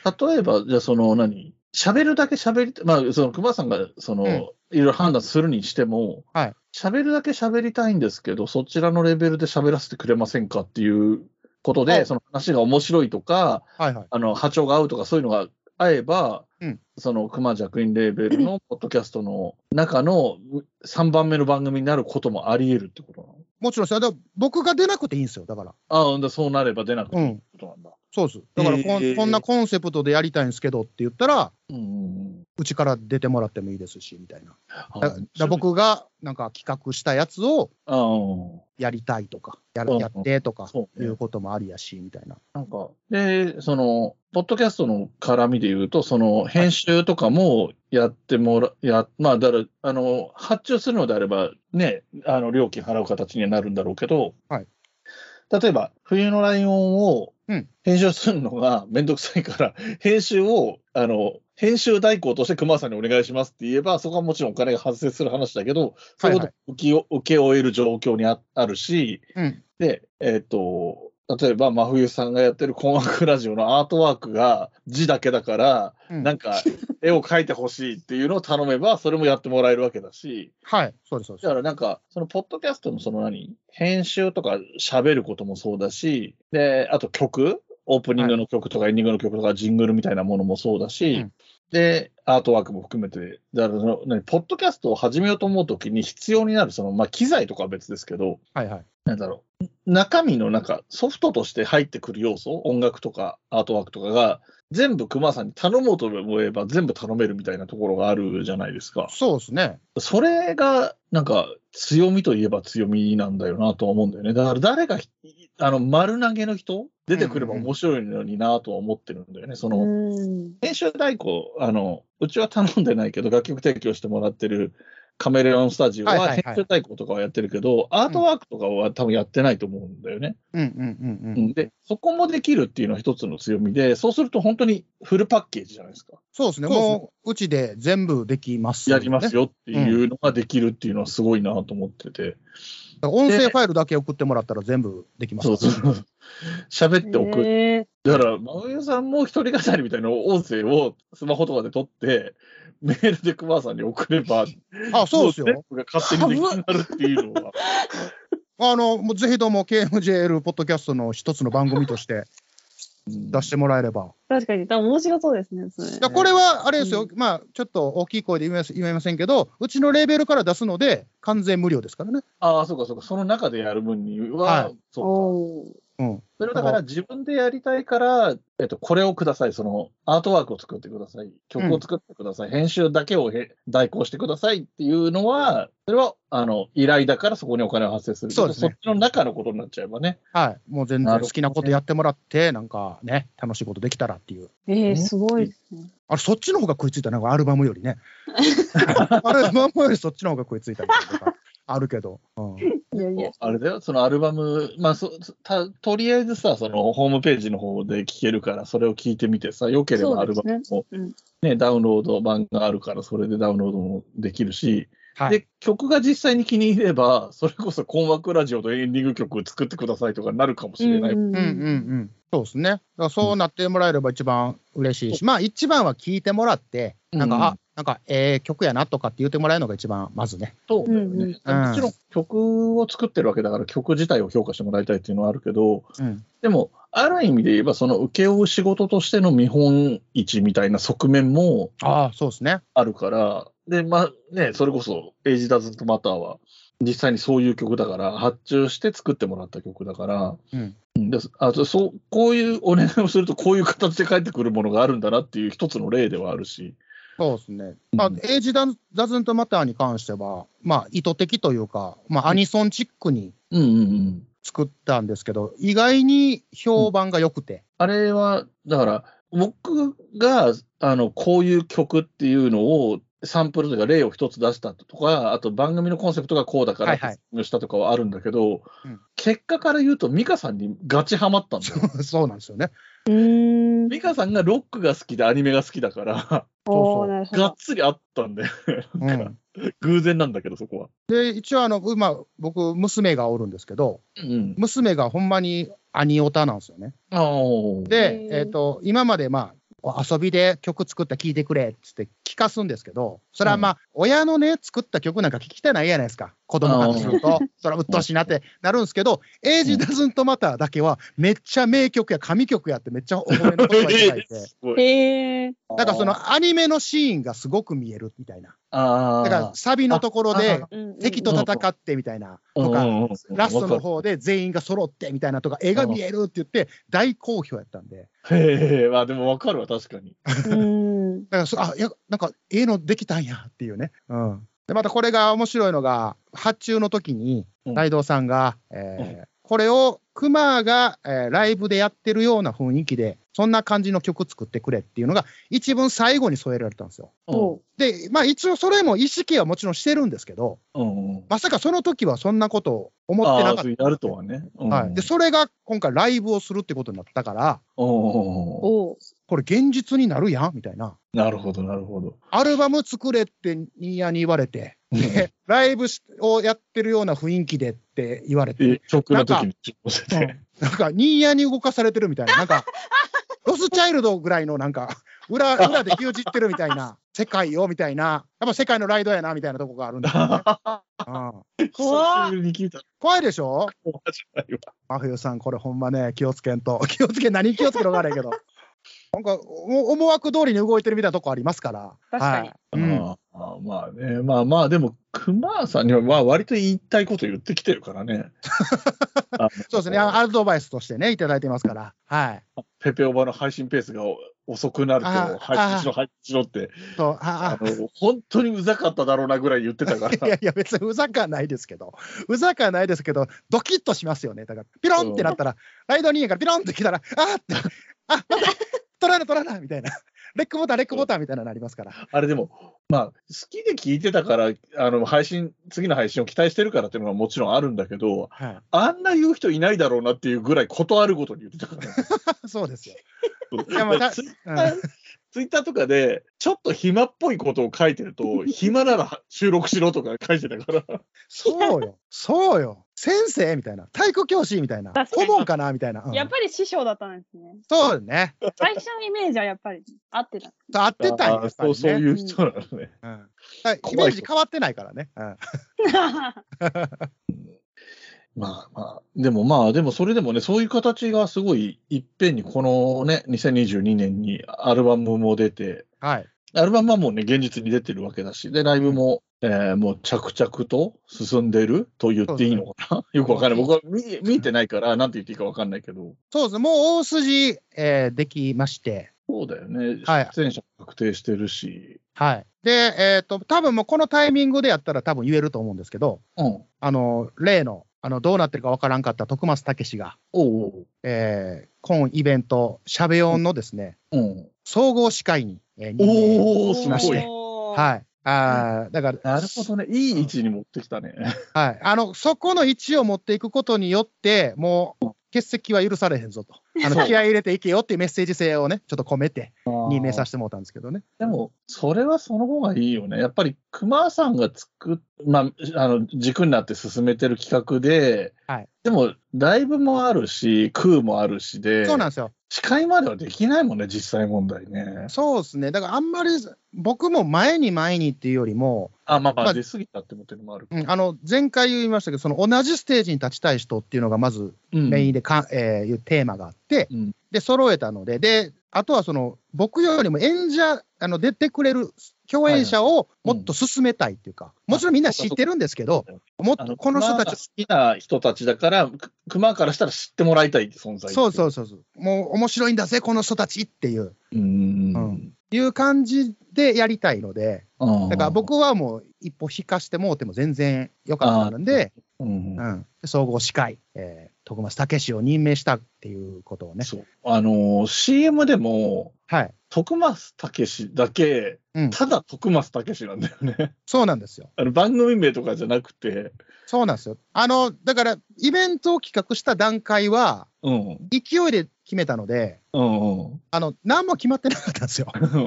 例えば、じゃあその何、喋るだけ喋り、まあ、その熊さんがその、うんいろいろ判断するにしても、はい喋るだけ喋りたいんですけど、そちらのレベルで喋らせてくれませんかっていうことで、はいその話が面白いとか、はいはい。あの波長が合うとか、そういうのが会えば、うんそのクマ弱員レーベル のポッドキャストの中の3番目の番組になることもあり得るってことなのもちろんそれは僕が出なくていいんですよ、だから。ああ、ほんでそうなれば出なくていいうんってことなんだ。そうです。だからこん,、えーこんなコンセプトでやりたいんですけどって言ったら、うんうんうんうちから出てもらってもいいですし、みたいな。あだだから、僕がなんか企画したやつをあうんやりたいとか、やうるんやってとかそういねうこともありやし、みたいな。なんか、で、その、ポッドキャストの絡みで言うと、その、編集とかもやってもら、や、まあ、だから、あの、発注するのであれば、ね、あの、料金払う形にはなるんだろうけど、はい例えば、冬のライオンをうん編集するのがめんどくさいから、編集を、あの、編集代行として熊さんにお願いしますって言えば、そこはもちろんお金が発生する話だけど、そういうことを受けよ受け負える状況にああるし、うんで、えっ、と、例えば真冬さんがやってる困惑ラジオのアートワークが字だけだから、うんなん か絵を描いてほしいっていうのを頼めば、それもやってもらえるわけだし、はい、そうです、そうですだ。からなんか、そのポッドキャストのその何、編集とか喋ることもそうだし、で、あと曲、オープニングの曲とかエンディングの曲とかジングルみたいなものもそうだし、うんで、アートワークも含めて、だからその、何ポッドキャストを始めようと思うときに必要になる、その、まあ、機材とかは別ですけど、はい、はい。なんだろう、中身の中、ソフトとして入ってくる要素、音楽とかアートワークとかが、全部熊さんに頼もうと思えば全部頼めるみたいなところがあるじゃないですか。そうですね。それが、なんか、強みといえば強みなんだよなとは思うんだよね。だから誰がひ、あの、丸投げの人出てくれば面白いのになとは思ってるんだよね。その、うん。編集代行、あの、うちは頼んでないけど、楽曲提供してもらってるカメレオンスタジオはいはいははい編集代行とかはやってるけど、アートワークとかは多分やってないと思うんだよね。うん、うん、うん、ううんん。で、そこもできるっていうのは一つの強みで、そうすると本当にフルパッケージじゃないですか。そうですね。そうですねもう、うちで全部できます、やりますよ。よっていうのができるっていうのはすごいなと思ってて。だから音声ファイルだけ送ってもらったら全部できますそかうそら。うそう。喋っておく。えだから、真上さんも一人語りみたいな音声をスマホとかで撮って、メールで熊さんに送れば、あ、そうですもよ。全部が勝手にできるようになるっていうのは。あの、もうぜひとも KMJL ポッドキャストの一つの番組として出してもらえれば。ー確かに、多分面白そうですね、それ。だからこれは、あれですよ、うまあ、ちょっと大きい声で言います言いませんけど、うちのレーベルから出すので、完全無料ですからね。 ああ、そうかそうか、その中でやる分には、はそうか。おーうん。それをだから自分でやりたいから、えっと、これをください、そのアートワークを作ってください、曲を作ってください、編集だけをへ代行してくださいっていうのは、それはあの依頼だからそこにお金を発生するけどそうですねそっちの中のことになっちゃえばね。はい。もう全な然るほど好きなことやってもらって、なんかね、楽しいことできたらっていう。えー、すごいですね。あれ、そっちの方が食いついた、なんかアルバムよ りね。アルバムよりそっちの方が食いついたみたいなのがあるけど。うん。いやいや。あれだよ、そのアルバム、まあそた、とりあえずさ、そのホームページの方で聴けるから、それを聞いてみてさ、良ければアルバムも、そうですねねダウンロード版があるから、それでダウンロードもできるし、はい。で、曲が実際に気に入れば、それこそ困惑ラジオとエンディング曲作ってくださいとかなるかもしれない。うんうんうん。そうですね。だからそうなってもらえれば一番嬉しいし、まあ一番は聞いてもらって、なんか、うんあ、なんかええ曲やなとかって言ってもらえるのが一番まずね。そうだようんうんね。もちろん曲を作ってるわけだから曲自体を評価してもらいたいっていうのはあるけど、うん。でも、ある意味で言えば、その請け負う仕事としての見本市みたいな側面もああ、そうですね。あるから、で、まあね、それこそ、エイジ・ダズ・ト・マターは、実際にそういう曲だから、発注して作ってもらった曲だから、うんうんですあとそうこういうお願いをすると、こういう形で返ってくるものがあるんだなっていう一つの例ではあるし、そうですね。まあうん、エイジダン・ダズント・マターに関しては、まあ、意図的というか、まあ、アニソンチックにうんうんうん、作ったんですけど、意外に評判が良くて、あれは、だから、僕があのこういう曲っていうのを、サンプルというか、例を一つ出したとか、あと番組のコンセプトがこうだからっはいてはい説明したとかはあるんだけど、うん結果から言うと、美香さんにガチハマったんだよ。 そうなんですよね。うーん。美香さんがロックが好きでアニメが好きだ から、おーなるほがっど。つりあったんで、うん、 偶然なんだけど、そこは。で、一応あの、今、僕、娘がおるんですけど、うん。娘がほんまにアニオタなんですよね。ああ。でへ、ーえっ、と、今までまあ、遊びで曲作った聴いてくれっつって聞かすんですけど、それはまあ、親のね、作った曲なんか聞きたないじゃないですか。子供からすると、それはうっとうしいなって なるんですけど、エイジ・ダズント・マターだけは、めっちゃ名曲や神曲やってめっちゃお褒めの言葉いただ いて。すごいへえ。だからそのアニメのシーンがすごく見えるみたいな。あーだからサビのところであうんうん敵と戦ってみたいなとうんか、うんうんラストの方で全員が揃ってみたいなとか、絵が見えるって言って大好評やったんで。へえ、まあでもわかるわ、確かに。うん。だからそ、あ、いや、なんか、ええのできたんやっていうね。うん。で、またこれが面白いのが、発注の時に、うん大道さんが、えーこれを、クマが、えーライブでやってるような雰囲気で、そんな感じの曲作ってくれっていうのが、一文最後に添えられたんですよ。うんで、まあ一応それも意識はもちろんしてるんですけど、うんうん。まさかその時はそんなことを思ってあなあかっー、やるとはね。た。はい。で、それが今回ライブをするってことになったから、おおう。これ現実になるやんみたいな。なるほど、なるほど。アルバム作れってニーヤに言われて、で ライブしをやってるような雰囲気でって言われて、え、曲の時に注文しうてん。なんかニーヤに動かされてるみたいな、なんか、 ロスチャイルドぐらいのなんか、裏裏で牛耳ってるみた いな、世界よみたいな、やっぱ世界のライドやなみたいなとこがあるんだよ ね。うん久しぶりに聞いた。怖いでしょ怖じゃないわ真冬さん、これほんまね、気をつけんと。 気をつけん、何気をつけろがないけど。なんか、お思惑通りに動いてるみたいなとこありますから。確かにはいうんああまあね、まあまあ、でも、熊さんには、まあ、割と言いたいこと言ってきてるから ね。そうですね、あのアドバイスとしてね、いただいてますから。はい。ペペオバの配信ペースが遅くなるあと、配信しろ、配信しろって、そう、あああ、の本当にうざかっただろうなぐらい言ってたかいやらい。や、別にうざくはないですけど、うざくはないですけど、ドキッとしますよね。だから、ピロンってなったら、ライドニーヤからピロンって来たら、あーって、あ、また、取らな取らなみたいな。レックボタン、レックボタンみたいなのありますから。 あれでも、まあ、好きで聞いてたから、あの、配信、次の配信を期待してるからっていうのはもちろんあるんだけど、はあんな言う人いないだろうなっていうぐらいことあるごとに言ってたからね。い。そうですよ。いやま あたツイうッんターツイッターとかで、ちょっと暇っぽいことを書いてる と、暇なら収録しろとか書いてたから、そうよ。そうよ。先生みたいな。体育教師みたいな。確か顧に問かなみたいな。うんやっぱり師匠だったんですね。そうよね。最初のイメージはやっぱり合ってた。合ってたんやあやーっぱりそうそうね。う。いう人なのね。んはい、イメ怖いージ変わってないからね。うんまあまあ、でもまあ、でもそれでもね、そういう形がすごいいっぺんに、このね、2022年にアルバムも出て、はい。アルバムはもうね、現実に出てるわけだし、で、ライブも、えーもう着々と進んでると言っていいのかな、 よくわかんない。僕は見見てないから、なんて言っていいかわかんないけど、そうですね。もう大筋、えーできまして。そうだよね、はい出演者も確定してるし、はい。で、えっ、と、多分もうこのタイミングでやったら多分言えると思うんですけど、うん、あの、例の、あの、どうなってるかわからんかった徳松武史が、おうおう、えー今イベント、しゃべ音のですね、うん、総合司会に、えー任命おお、すしまごしいて。ははい。あーだから、なるほどね、いい位置に持ってきたね。はい。あの、そこの位置を持っていくことによって、もう、欠席は許されへんぞと。あその、う気合い入れていけよっていうメッセージ性をね、ちょっと込めて、任命させてもらったんですけどね。でも、それはその方がいいよね。やっぱり、熊さんが作っ、まあ、あの、軸になって進めてる企画で、はいでも、ライブもあるし、空もあるしで、そうなんですよ。司会まではできないもんね、実際問題ね。そうですね。だからあんまり、僕も前に前にっていうよりも、あ、まあままあ、あ出過ぎたってこともある。うんあの、前回言いましたけど、その同じステージに立ちたい人っていうのがまずうんメインでか、えーいうテーマがあって、うんで、揃えたので、で、あとはその、僕よりも演者、あの、出てくれる共演者をもっと進めたいっていうか、もちろんみんな知ってるんですけど、もっあとこの人熊たがち、好きな人たちだから、く熊からしたら知ってもらいたい存在。そうそうそうそう、もう面白いんだぜ、この人たちっていう、う。うん。うんいう感じでやりたいので、うんだから、僕はもう一歩引かしてもうても全然良かったので、うんうん、で総合司会、えー徳松武史を任命したっていうことをね、そう。あのー、CM でも、はい、徳松武史だけ、うんただ徳松武史なんだよね。 そうなんですよ。あの番組名とかじゃなくて、そうなんですよ。あの、だから、イベントを企画した段階は、うん、勢いで決めたので、うん、うん、あの、何も決まってなかったんですよ。うんう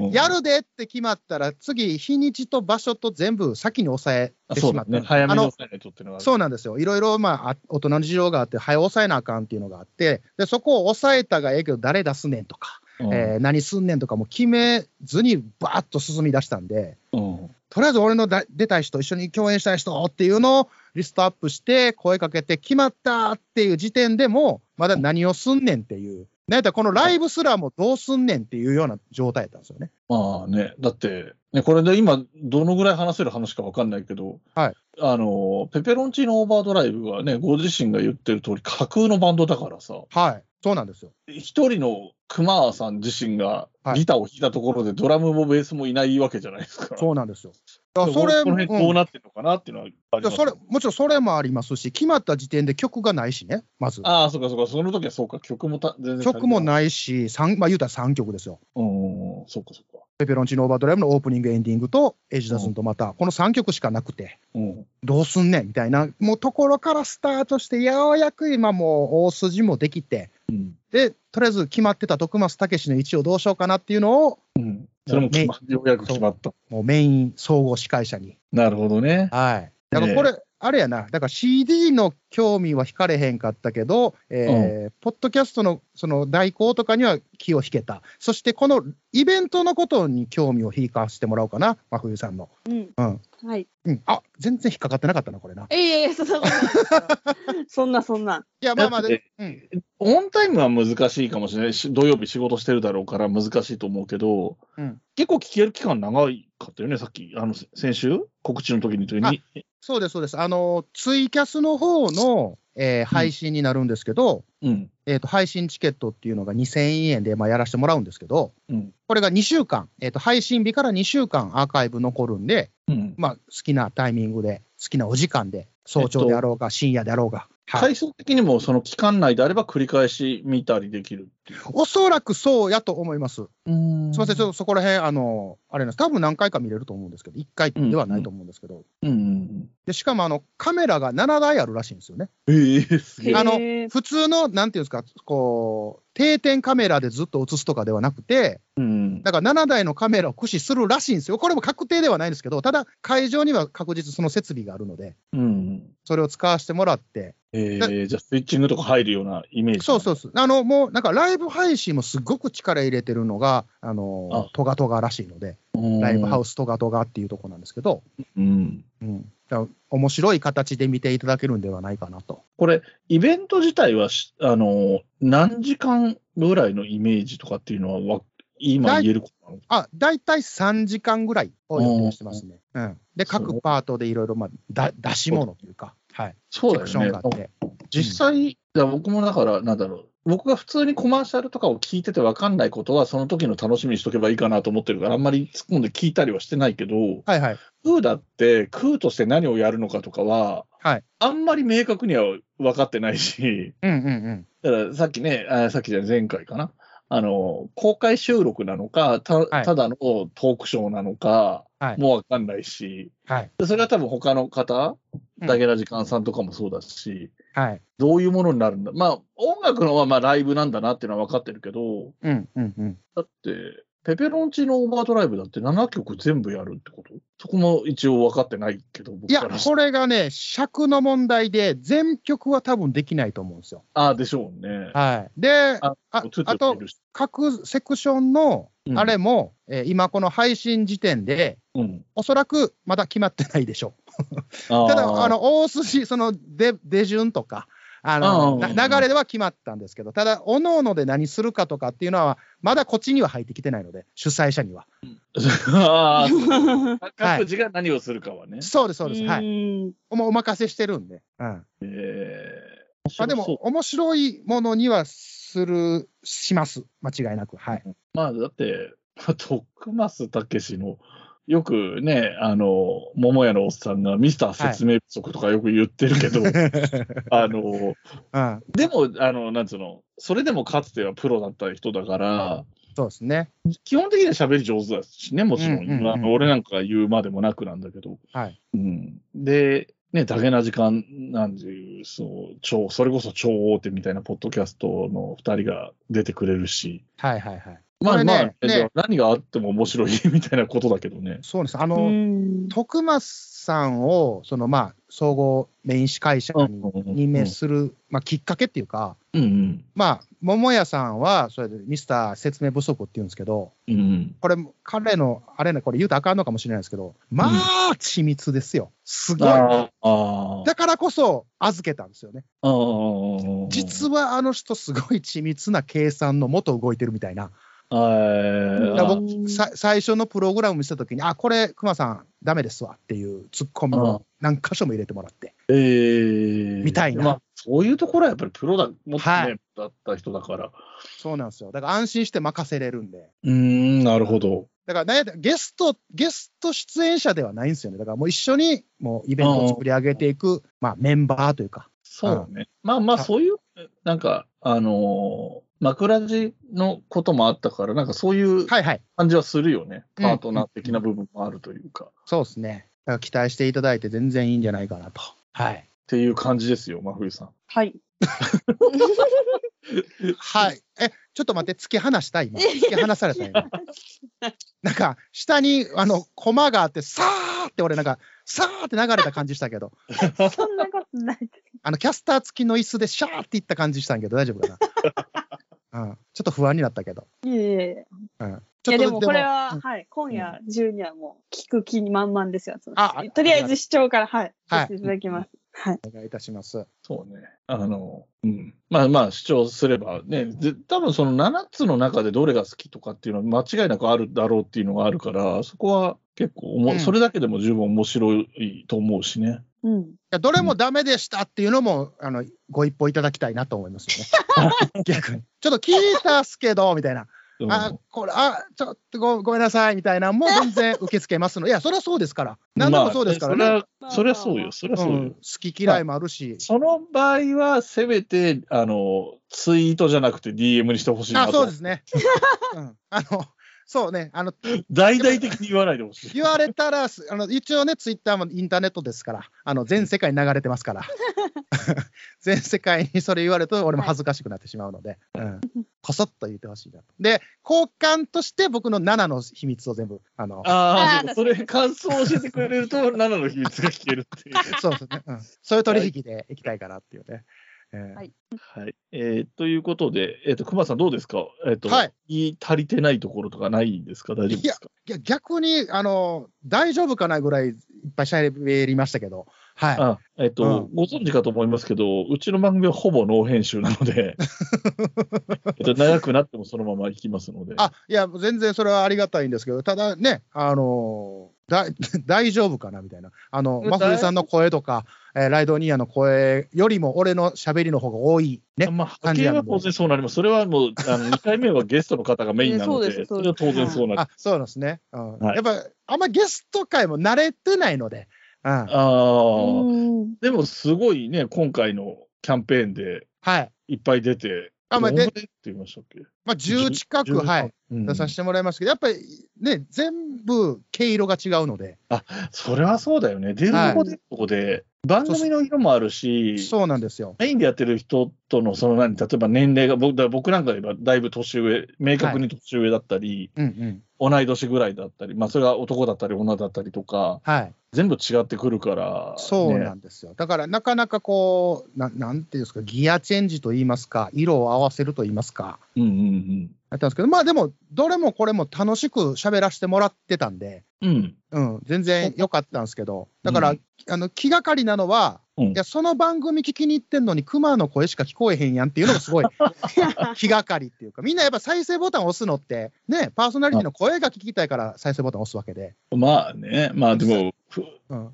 ん、うん。やるでって決まったら、次、日にちと場所と全部先に抑えあてそしうまだった。ね。早めあにの抑えないとっていうのはある。そうなんですよ。いろいろ、まああ、大人の事情があって、早抑えなあかんっていうのがあって、で、そこを抑えたがええけど、誰出すねんとか、うんえー何すんねんとかも決めずにバーッと進み出したんで、うんとりあえず俺のだ出たい人、一緒に共演したい人っていうのをリストアップして、声かけて、決まったっていう時点でも、まだ何をすんねんっていう、なんやったらこのライブすらもどうすんねんっていうような状態だったんですよね。まあね、だって、ね、これで今、どのぐらい話せる話か分かんないけど、はいあのペペロンチーノオーバードライブはね、ご自身が言ってる通り、架空のバンドだからさ、はい、そうなんですよ。一人の熊川さん自身がはいギターを弾いたところで、ドラムもベースもいないわけじゃないですか。そうなんですよ。だからそそれこの辺うんどうなってるのかなっていうのはありいまやすそれもちろんそれもありますし、決まった時点で曲がないしね、まず。ああ、そうかそうか、その時はそうか、曲もた全然曲もい。ないし、三まあ、言うたら3曲ですよ。うんうん、そうかそうか。ペペロンチーノオーバードライブのオープニング、エンディングと、エイジダスンとまた、この3曲しかなくて、うん、どうすんねんみたいな、もうところからスタートして、ようやく今もう大筋もできて、うん、で、とりあえず決まってた徳松武史の位置をどうしようかなっていうのを、うん。それも決まようやく決まった。もうメイン総合司会者に。なるほどね。はい。だからこれ、あれやな、だから CD の興味は惹かれへんかったけど、えーポッドキャストのその代行とかには気を引けた、そしてこのイベントのことに興味を引かせてもらおうかな、真冬さんの。うん。うんはい。うん、あ全然引っかかってなかったな、これな。えいやいや、そんなことないですよそんなそんな。いや、まあまあ、だってでうん、オンタイムは難しいかもしれないし、土曜日仕事してるだろうから難しいと思うけど、うん結構聞ける期間長いかったよね、さっき、あのせ先週、告知の時にというに。そうです、そうです。あの、ツイキャスの方の、えー配信になるんですけど、うん、えーと、配信チケットっていうのが2000円で、まあ、やらせてもらうんですけど、うん、これが2週間、えーと、配信日から2週間アーカイブ残るんで、うん。まあ、好きなタイミングで、好きなお時間で、早朝であろうが、深夜であろうが、はい回数的にもその期間内であれば繰り返し見たりできる。おそらくそうやと思います。すすみみません、ちょっとそこら辺、あの、あれなんです、多分何回か見れると思うんですけど、1回ではないと思うんですけど、うんうんでしかもあのカメラが7台あるらしいんですよね。うん。ええすげえ。へーあの普通の、なんていうんですか、こう、定点カメラでずっと映すとかではなくて、うん。だから7台のカメラを駆使するらしいんですよ。これも確定ではないんですけど、ただ、会場には確実その設備があるので、うん。それを使わせてもらって、えだえじゃあスイッチングとか入るようなイメージ。そうそうそう。あの、もう、なんかライブ配信もすごく力入れてるのが、あのあ、トガトガらしいので、うん。ライブハス。ウストガトガっていうとこなんですけど、うん。うん。だから面白い形で見ていただけるんではないかなと。これ、イベント自体はし、あの、何時間ぐらいのイメージとかっていうのはわ、今言えることなのあ、大体3時間ぐらいを予定してますね。うん。で、各パートでいろいろ、まあ、だ出し物というか、はい。そセクションがあって。実際、いや僕もだから、なんだろう、僕が普通にコマーシャルとかを聞いてて分かんないことは、その時の楽しみにしとけばいいかなと思ってるから、あんまり突っ込んで聞いたりはしてないけど、はいはい。空だって、空として何をやるのかとかは、はいあんまり明確には分かってないし、うんうんうん。だからさっきね、あさっきじゃない前回かな。あの公開収録なのかた、はいただのトークショーなのか、はいもう分かんないし、はい。でそれは多分他の方、うんだけな時間さんとかもそうだし、はい。どういうものになるんだ。まあ、音楽のはまあライブなんだなっていうのは分かってるけど、うんうんうん。だって、ペペロンチーノオーバードライブだって7曲全部やるってことそこも一応分かってないけど、僕いや、からしこれがね、尺の問題で、全曲は多分できないと思うんですよ。ああ、でしょうね。はい。で、あああツーツーとい、るし各セクションのうんあれも、えー今この配信時点で、うん、おそらくまだ決まってないでしょあう。ーただ、あ、の、大筋、その出、出順とか、あの、あーな流れでは決まったんですけど、ただ、各々で何するかとかっていうのは、まだこっちには入ってきてないので、主催者には。あー う各自が何をするかはね。そうです、そうです。はい。ーんもうお任せしてるんで。うん。えーまあでそうも、面白いものにはする、します。間違いなく。はい。まあ、だって、徳松武史の、よくね、あの、桃屋のおっさんがミスター説明不足とかよく言ってるけど、あの、 うん。でも、あの、なんつうの、それでもかつてはプロだった人だから、そうですね。基本的には喋り上手だしね、もちろん、うんうんうんあの俺なんかが言うまでもなくなんだけど、はいうん、で、ね、だけな時間なんていう、そう、超、それこそ超大手みたいなポッドキャストの2人が出てくれるし、はいはいはい。まこあれねまあ、ね何があっても面白いみたいなことだけどね。そうです。あうの、ん徳松さんを、そのまあ、総合メイン司会者に任命する、まあ、きっかけっていうか、うんうん。まあ、桃屋さんは、それでミスター説明不足って言うんですけど、うんうん。これ、彼の、あれね、これ言うとあかんのかもしれないですけど、まあ、緻密ですよ。すごい。ああ。ああだからこそ、預けたんですよね。ああ。実はあの人、すごい緻密な計算のもと動いてるみたいな。だからは。僕さ最初のプログラム見せたときに、あ、これ、熊さん、ダメですわっていうツッコミうんを何箇所も入れてもらって。ええみたいなまあ、そういうところはやっぱりプロだ、もっとね、はいだった人だから。そうなんですよ。だから安心して任せれるんで。うーん、なるほど。だから、なんやったらゲスト、ゲスト出演者ではないんですよね。だからもう一緒にもうイベントを作り上げていく、まあ、メンバーというか。そうね。まあまあ、そういう、なんか、あのー枕地のこともあったから、なんかそういうはいはい。感じはするよね。うんパートナー的な部分もあるというか、っそうですね。だから期待していただいて全然いいんじゃないかなと。はい。ていう感じですよ、真冬さん。はい。はい。え、ちょっと待って、突き放した今。突き放された今。なんか、下に、あの、コマがあって、さーって俺なんか、さーって流れた感じしたけど、そんなことない。あの、キャスター付きの椅子でシャーっていった感じしたんやけど、大丈夫か な。うん、ちょっと不安になったけど。いえいえいえ。うん、いちょやっとでもこれは、うんはい、今夜中にはもう聞く気満々ですよ。ああとりあえず視聴から、はい、はいさせていただきます。はい。お願いいたします。そうね。あの、うん。まあまあ、主張すればね、ぜ多分その7つの中でどれが好きとかっていうのは間違いなくあるだろうっていうのがあるから、そこは結構おも、うんそれだけでも十分面白いと思うしね。うん。いやどれもダメでしたっていうのも、あの、ご一報いただきたいなと思いますよ ね。逆に。ちょっと聞いたっすけど、みたいな。うんあ、これ、あ、ちょっとごごめんなさい、みたいなのも全然受け付けますの。いや、それはそうですから。何でもそうですからね。まあそれは、それはそうよ。それはそうよ。うん、好き嫌いもあるし。その場合は、せめて、あの、ツイートじゃなくて DM にしてほしいなあ、と。そうですね。うん、あの、そうね。あの、大々的に言わないでほしい。言われたら、すあの一応ね、ツイッターもインターネットですから、あの全世界に流れてます から、全世界にそれ言われると、俺も恥ずかしくなってしまうので、うん、こそっと言ってほしいなと。で、交換として、僕の7の秘密を全部、あのあああ、ーそれ、感想を教えてくれると、7の秘密が聞けるっていう。そうですね、うん、そういう取引でいきたいかなっていうね。えーはいはい。えーということで、えっ、と、熊さんどうですかえっ、と、はい言い足りてないところとかないんですか大丈夫ですかいや逆にあの大丈夫かなぐらいいっぱいしゃべりましたけど、はい、あえっ、と、うご存知かと思いますけど、うちの番組はほぼノー編集なの で、えっと長くなってもそのままいきますので。あいや、全然それはありがたいんですけど、ただね、あのだ 大丈夫かなみたいな、あのうん真冬さんの声とか、えーライドニアの声よりも、俺の喋りの方が多いね。まあ、波感じ形なのはで当然そうなります。それはもう、あの2 回目はゲストの方がメインなのえーそうでで、すそそうれではす当然そうなります。あそうなんですね、うんはいやっぱあんまゲスト界も慣れてないので、うんあーうんでもすごいね、今回のキャンペーンではいいっぱい出て、あまあどんぐでらいって言いましたっけまあ、10近く、はい、、うん出させてもらいましたけど、やっぱりね、全部毛色が違うので、それはそうだよね。出るはいとこで、番組の色もあるし、そうなんですよ。メインでやってる人との、その何、例えば年齢が、僕だから僕なんかで言えばだいぶ年上、明確に年上だったり、うんうん、同い年ぐらいだったり、まあそれが男だったり女だったりとか、はい全部違ってくるから、そうなねんですよ。だから、なかなかこうな、なんていうんですか、ギアチェンジと言いますか、色を合わせると言いますか、うんうんやったんですけど、まあでも、どれもこれも楽しく喋らせてもらってたんで、うん。うん。うん、全然良かったんですけど、だから、うんあの気がかりなのは、うんいや、その番組聞きに行ってんのに、クマの声しか聞こえへんやんっていうのがす ごい気がかりっていうか、みんなやっぱ再生ボタン押すのって、ね、パーソナリティの声が聞きたいから再生ボタン押すわけで。まあね、まあでも、ふうん、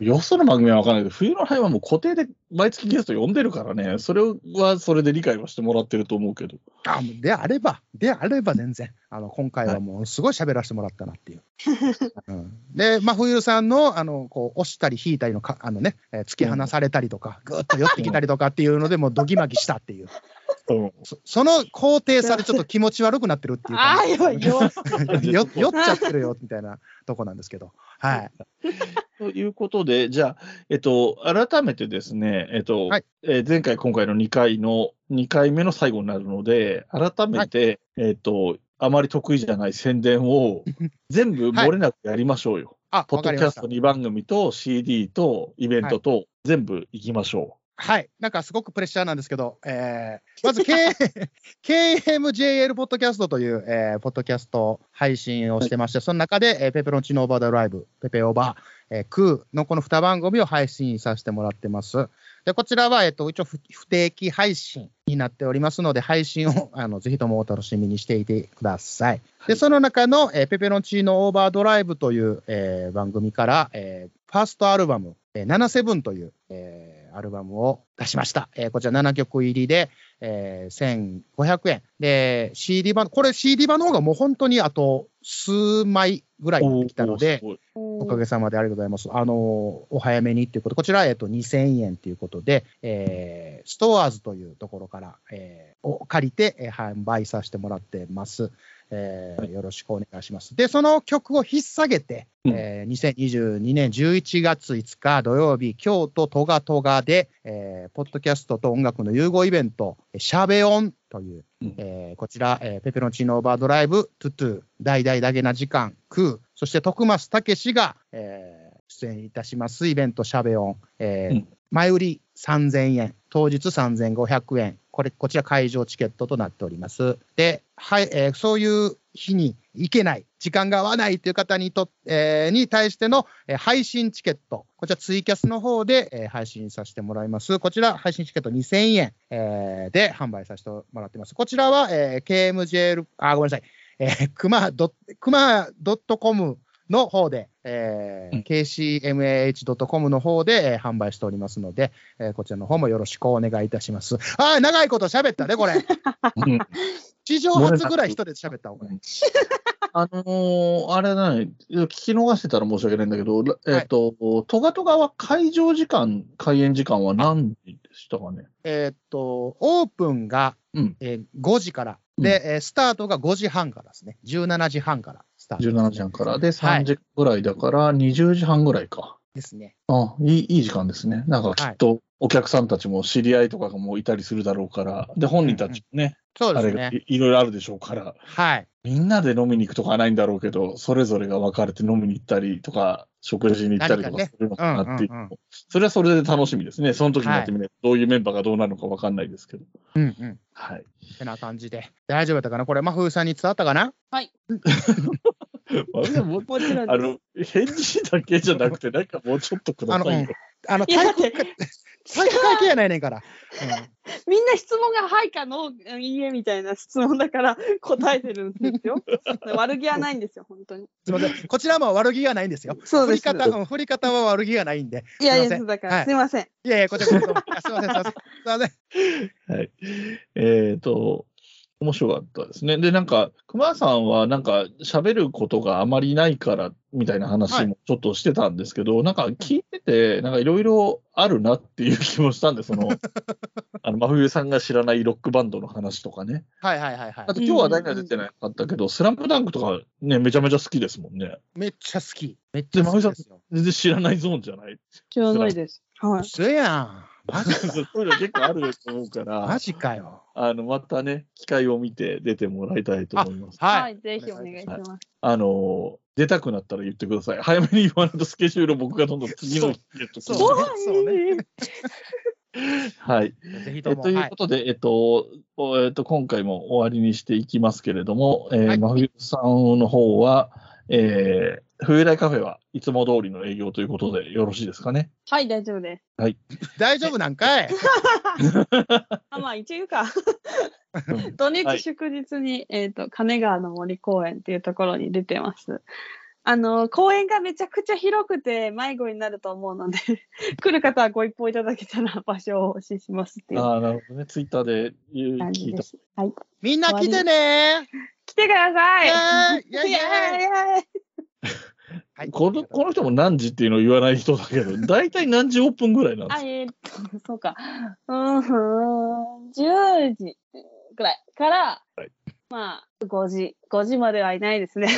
よその番組は分からないけど、冬の杯はもう固定で毎月ゲスト呼んでるからね、それはそれで理解はしてもらってると思うけど。あもうであれば、であれば全然、あの今回はもうすごい喋らせてもらったなっていう。うん、で、真冬さんのあのこう押したり引いたりのかあの、ね、えー突き放されたりとか、ぐーっと寄ってきたりとかっていうので、もうどぎまぎしたっていう、そその高低差でちょっと気持ち悪くなってるっていうあかあ、やばい、よ。よ酔っちゃってるよみたいなとこなんですけど、はい、ということで、じゃあ、えっと、改めてですね、えっと、はいえー前回、今回の2回の、2回目の最後になるので、改め て、えっと、あまり得意じゃない宣伝を全部漏れなくやりましょうよ。あ、ポわッかドりキャましスたト。2番組と CD とイベントと全部行きましょはい。なんかすごくプレッシャーなんですけど、えーまず、K、KMJL ポッドキャストという、えーポッドキャスト配信をしてまして、その中で、えーペペロンチーノオーバードライブ、ペペオーバー、えークーのこの2番組を配信させてもらってます。で、こちらは、えっ、と、一応不不定期配信になっておりますので、配信を、 あの、ぜひともお楽しみにしていてください。で、その中の、えーペペロンチーノオーバードライブという、えー番組から、えーファーストアルバム、えー、77という、えーアルバムを出しました。えーこちら7曲入りで、えー1500円。で、CD 版、これ CD 版の方がもう本当にあと数枚ぐらう。いになってきたので、おーすおおかげさまでありがとうございます。あのーお早めにということ、こちら、えっと、2000円ということで、えーストアーズというところから、えーを借りて、えー販売させてもらってます、えーよろしくお願いします。で、その曲を引っ提げて、うんえー2022年11月5日土曜日、京都トガトガで、えーポッドキャストと音楽の融合イベント、シャベオンという、うんえーこちら、えーペペロンチーノオーバードライブ、トゥトゥ、大々だけな時間、クー、そして徳松たけしが、えー出演いたしますイベント、シャベオン、えーうん前売り3000円、当日3500円、これ、こちら会場チケットとなっております。で、はい、えーそういう日に行けない、時間が合わないという方にとっ、えーに対しての、えー配信チケット、こちらツイキャスの方で、えー配信させてもらいます。こちら、配信チケット2000円、えーで販売させてもらってます。こちらは、えー KMJL、あ、ごめんなさい、えー、くまドッ、くま .com の方で、えーうん kcmah.com の方で、えー販売しておりますので、えーこちらの方もよろしくお願いいたします。あー長いこと喋ったね、これ。 ごいうん史上初ぐらい一人で喋ったわ、これ。あのーあれだね、聞き逃してたら申し訳ないんだけど、らえっ、と、トガトガは会場時間、開演時間は何時でしたかね。えーっと、オープンが、うんえー5時から。で、えースタートが5時半からですね。17時半からスタート17時半から。で、はい3時ぐらいだから、20時半ぐらいか。ですね。あいいいい時間ですね。なんかきっと、お客さんたちも知り合いとかがもういたりするだろうから、で、本人たちもね、そうあでれすがね。いいろいろあるでしょうから、はい。みんなで飲みに行くとかはないんだろうけど、それぞれが分かれて飲みに行ったりとか、食事に行ったりとか何かねするのかなっていう、うんうんうそれはそれで楽しみですね。その時になってみないと、どういうメンバーがどうなるのか分かんないですけど。うんうん。はい。てな感じで。大丈夫だったかなこれ、真冬さんに伝わったかなまあでももちろん あの、返事だけじゃなくて、なんかもうちょっとくださいよ。あの、いや体育会、体育会系やないねんから。みんな質問が「はい」か「のうんいいえ」みたいな質問だから答えてるんですよ。悪気はないんですよ、本当に。すみません。こちらも悪気がないんですよ。そう振でりす。方、うん振り方は悪気がないんで。いやいすや、いませんだかはいら、すいません。いやいや、こちらこ そ。あすみません、すみません。すみません。はい。えっ、と、面白かったですね。で、なんか、熊さんは、なんか、喋ることがあまりないから、みたいな話もちょっとしてたんですけど、なんか、聞いてて、なんか、いろいろあるなっていう気もしたんで、そ の、あの、真冬さんが知らないロックバンドの話とかね。はいはいはいはいあ。と、今日は大体出てなかったけど、スラムダンクとか、ね、めちゃめちゃ好きですもんね。めっちゃ好き。めっちゃ好きですよ。全然知らないゾーンじゃない。知らないです。はい。すやん。マジか。そういうの結構あると思うかマら、ジかよ。あの、またね、機会を見て出てもらいたいと思います。はい。い、ぜひお願いします。あのー出たくなったら言ってください。早めに言わないとスケジュールを僕がどんどん次の日へとそう怖はいそうねはい。ぜひえとも。ということで、えっと、おえっと、今回も終わりにしていきますけれども、えーはい真冬さんの方は、えー、冬来カフェはいつも通りの営業ということでよろしいですかね。はい、大丈夫です。大丈夫なんかいあ、まあ、一応言うか。 うん土はい日祝日に、えっ、と、金川の森公園っていうところに出てます。あの、公園がめちゃくちゃ広くて迷子になると思うので、 来る方はご一報いただけたら場所をお教えしますっていうああ、なるほどね。ツイッターで言う感聞じいでた。す。はい。みんな来てね来てくだーさいイェーイイェーイイイェーイェーイはいこのこの人も何時っていうのを言わない人だけど、大体何時オープンぐらいなんですあ、かえーっ と、そうか。うーん、10時ぐらいから、はいまあ、5時、5時まではいないですね。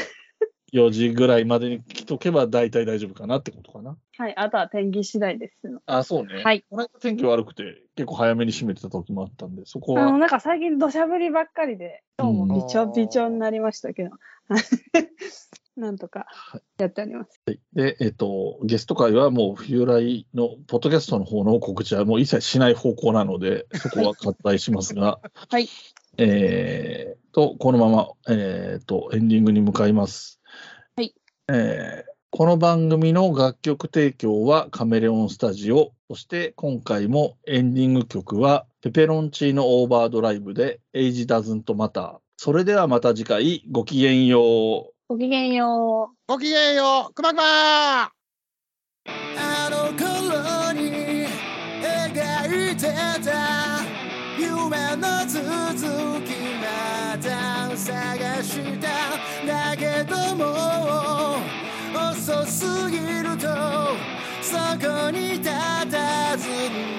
4時ぐらいまでに来とけば大体大丈夫かなってことかな。はい。あとは天気次第ですの。あ、そうね。はい。この間天気悪くて、結構早めに閉めてた時もあったんで、そこあの、は。なんか最 近土砂降りばっかりで、今日もびちょびちょになりましたけど。なんとかやっております。で、えっと、ゲスト会はもう冬来のポッドキャストの方の告知はもう一切しない方向な ので、そこは割愛しますが、はい。えー、と、このまま、えー、と、エンディングに向かいます。はい。えーこの番組の楽曲提供はカメレオンスタジオ、そして今回もエンディング曲はペペロンチーノオーバードライブで Age Doesn't Matter。それではまた次回ごきげんよう。ごきげんよう。ごきげんよう、くまくまーあの頃に描いてた夢の続きまた探しただけどもう遅すぎるとそこに佇んで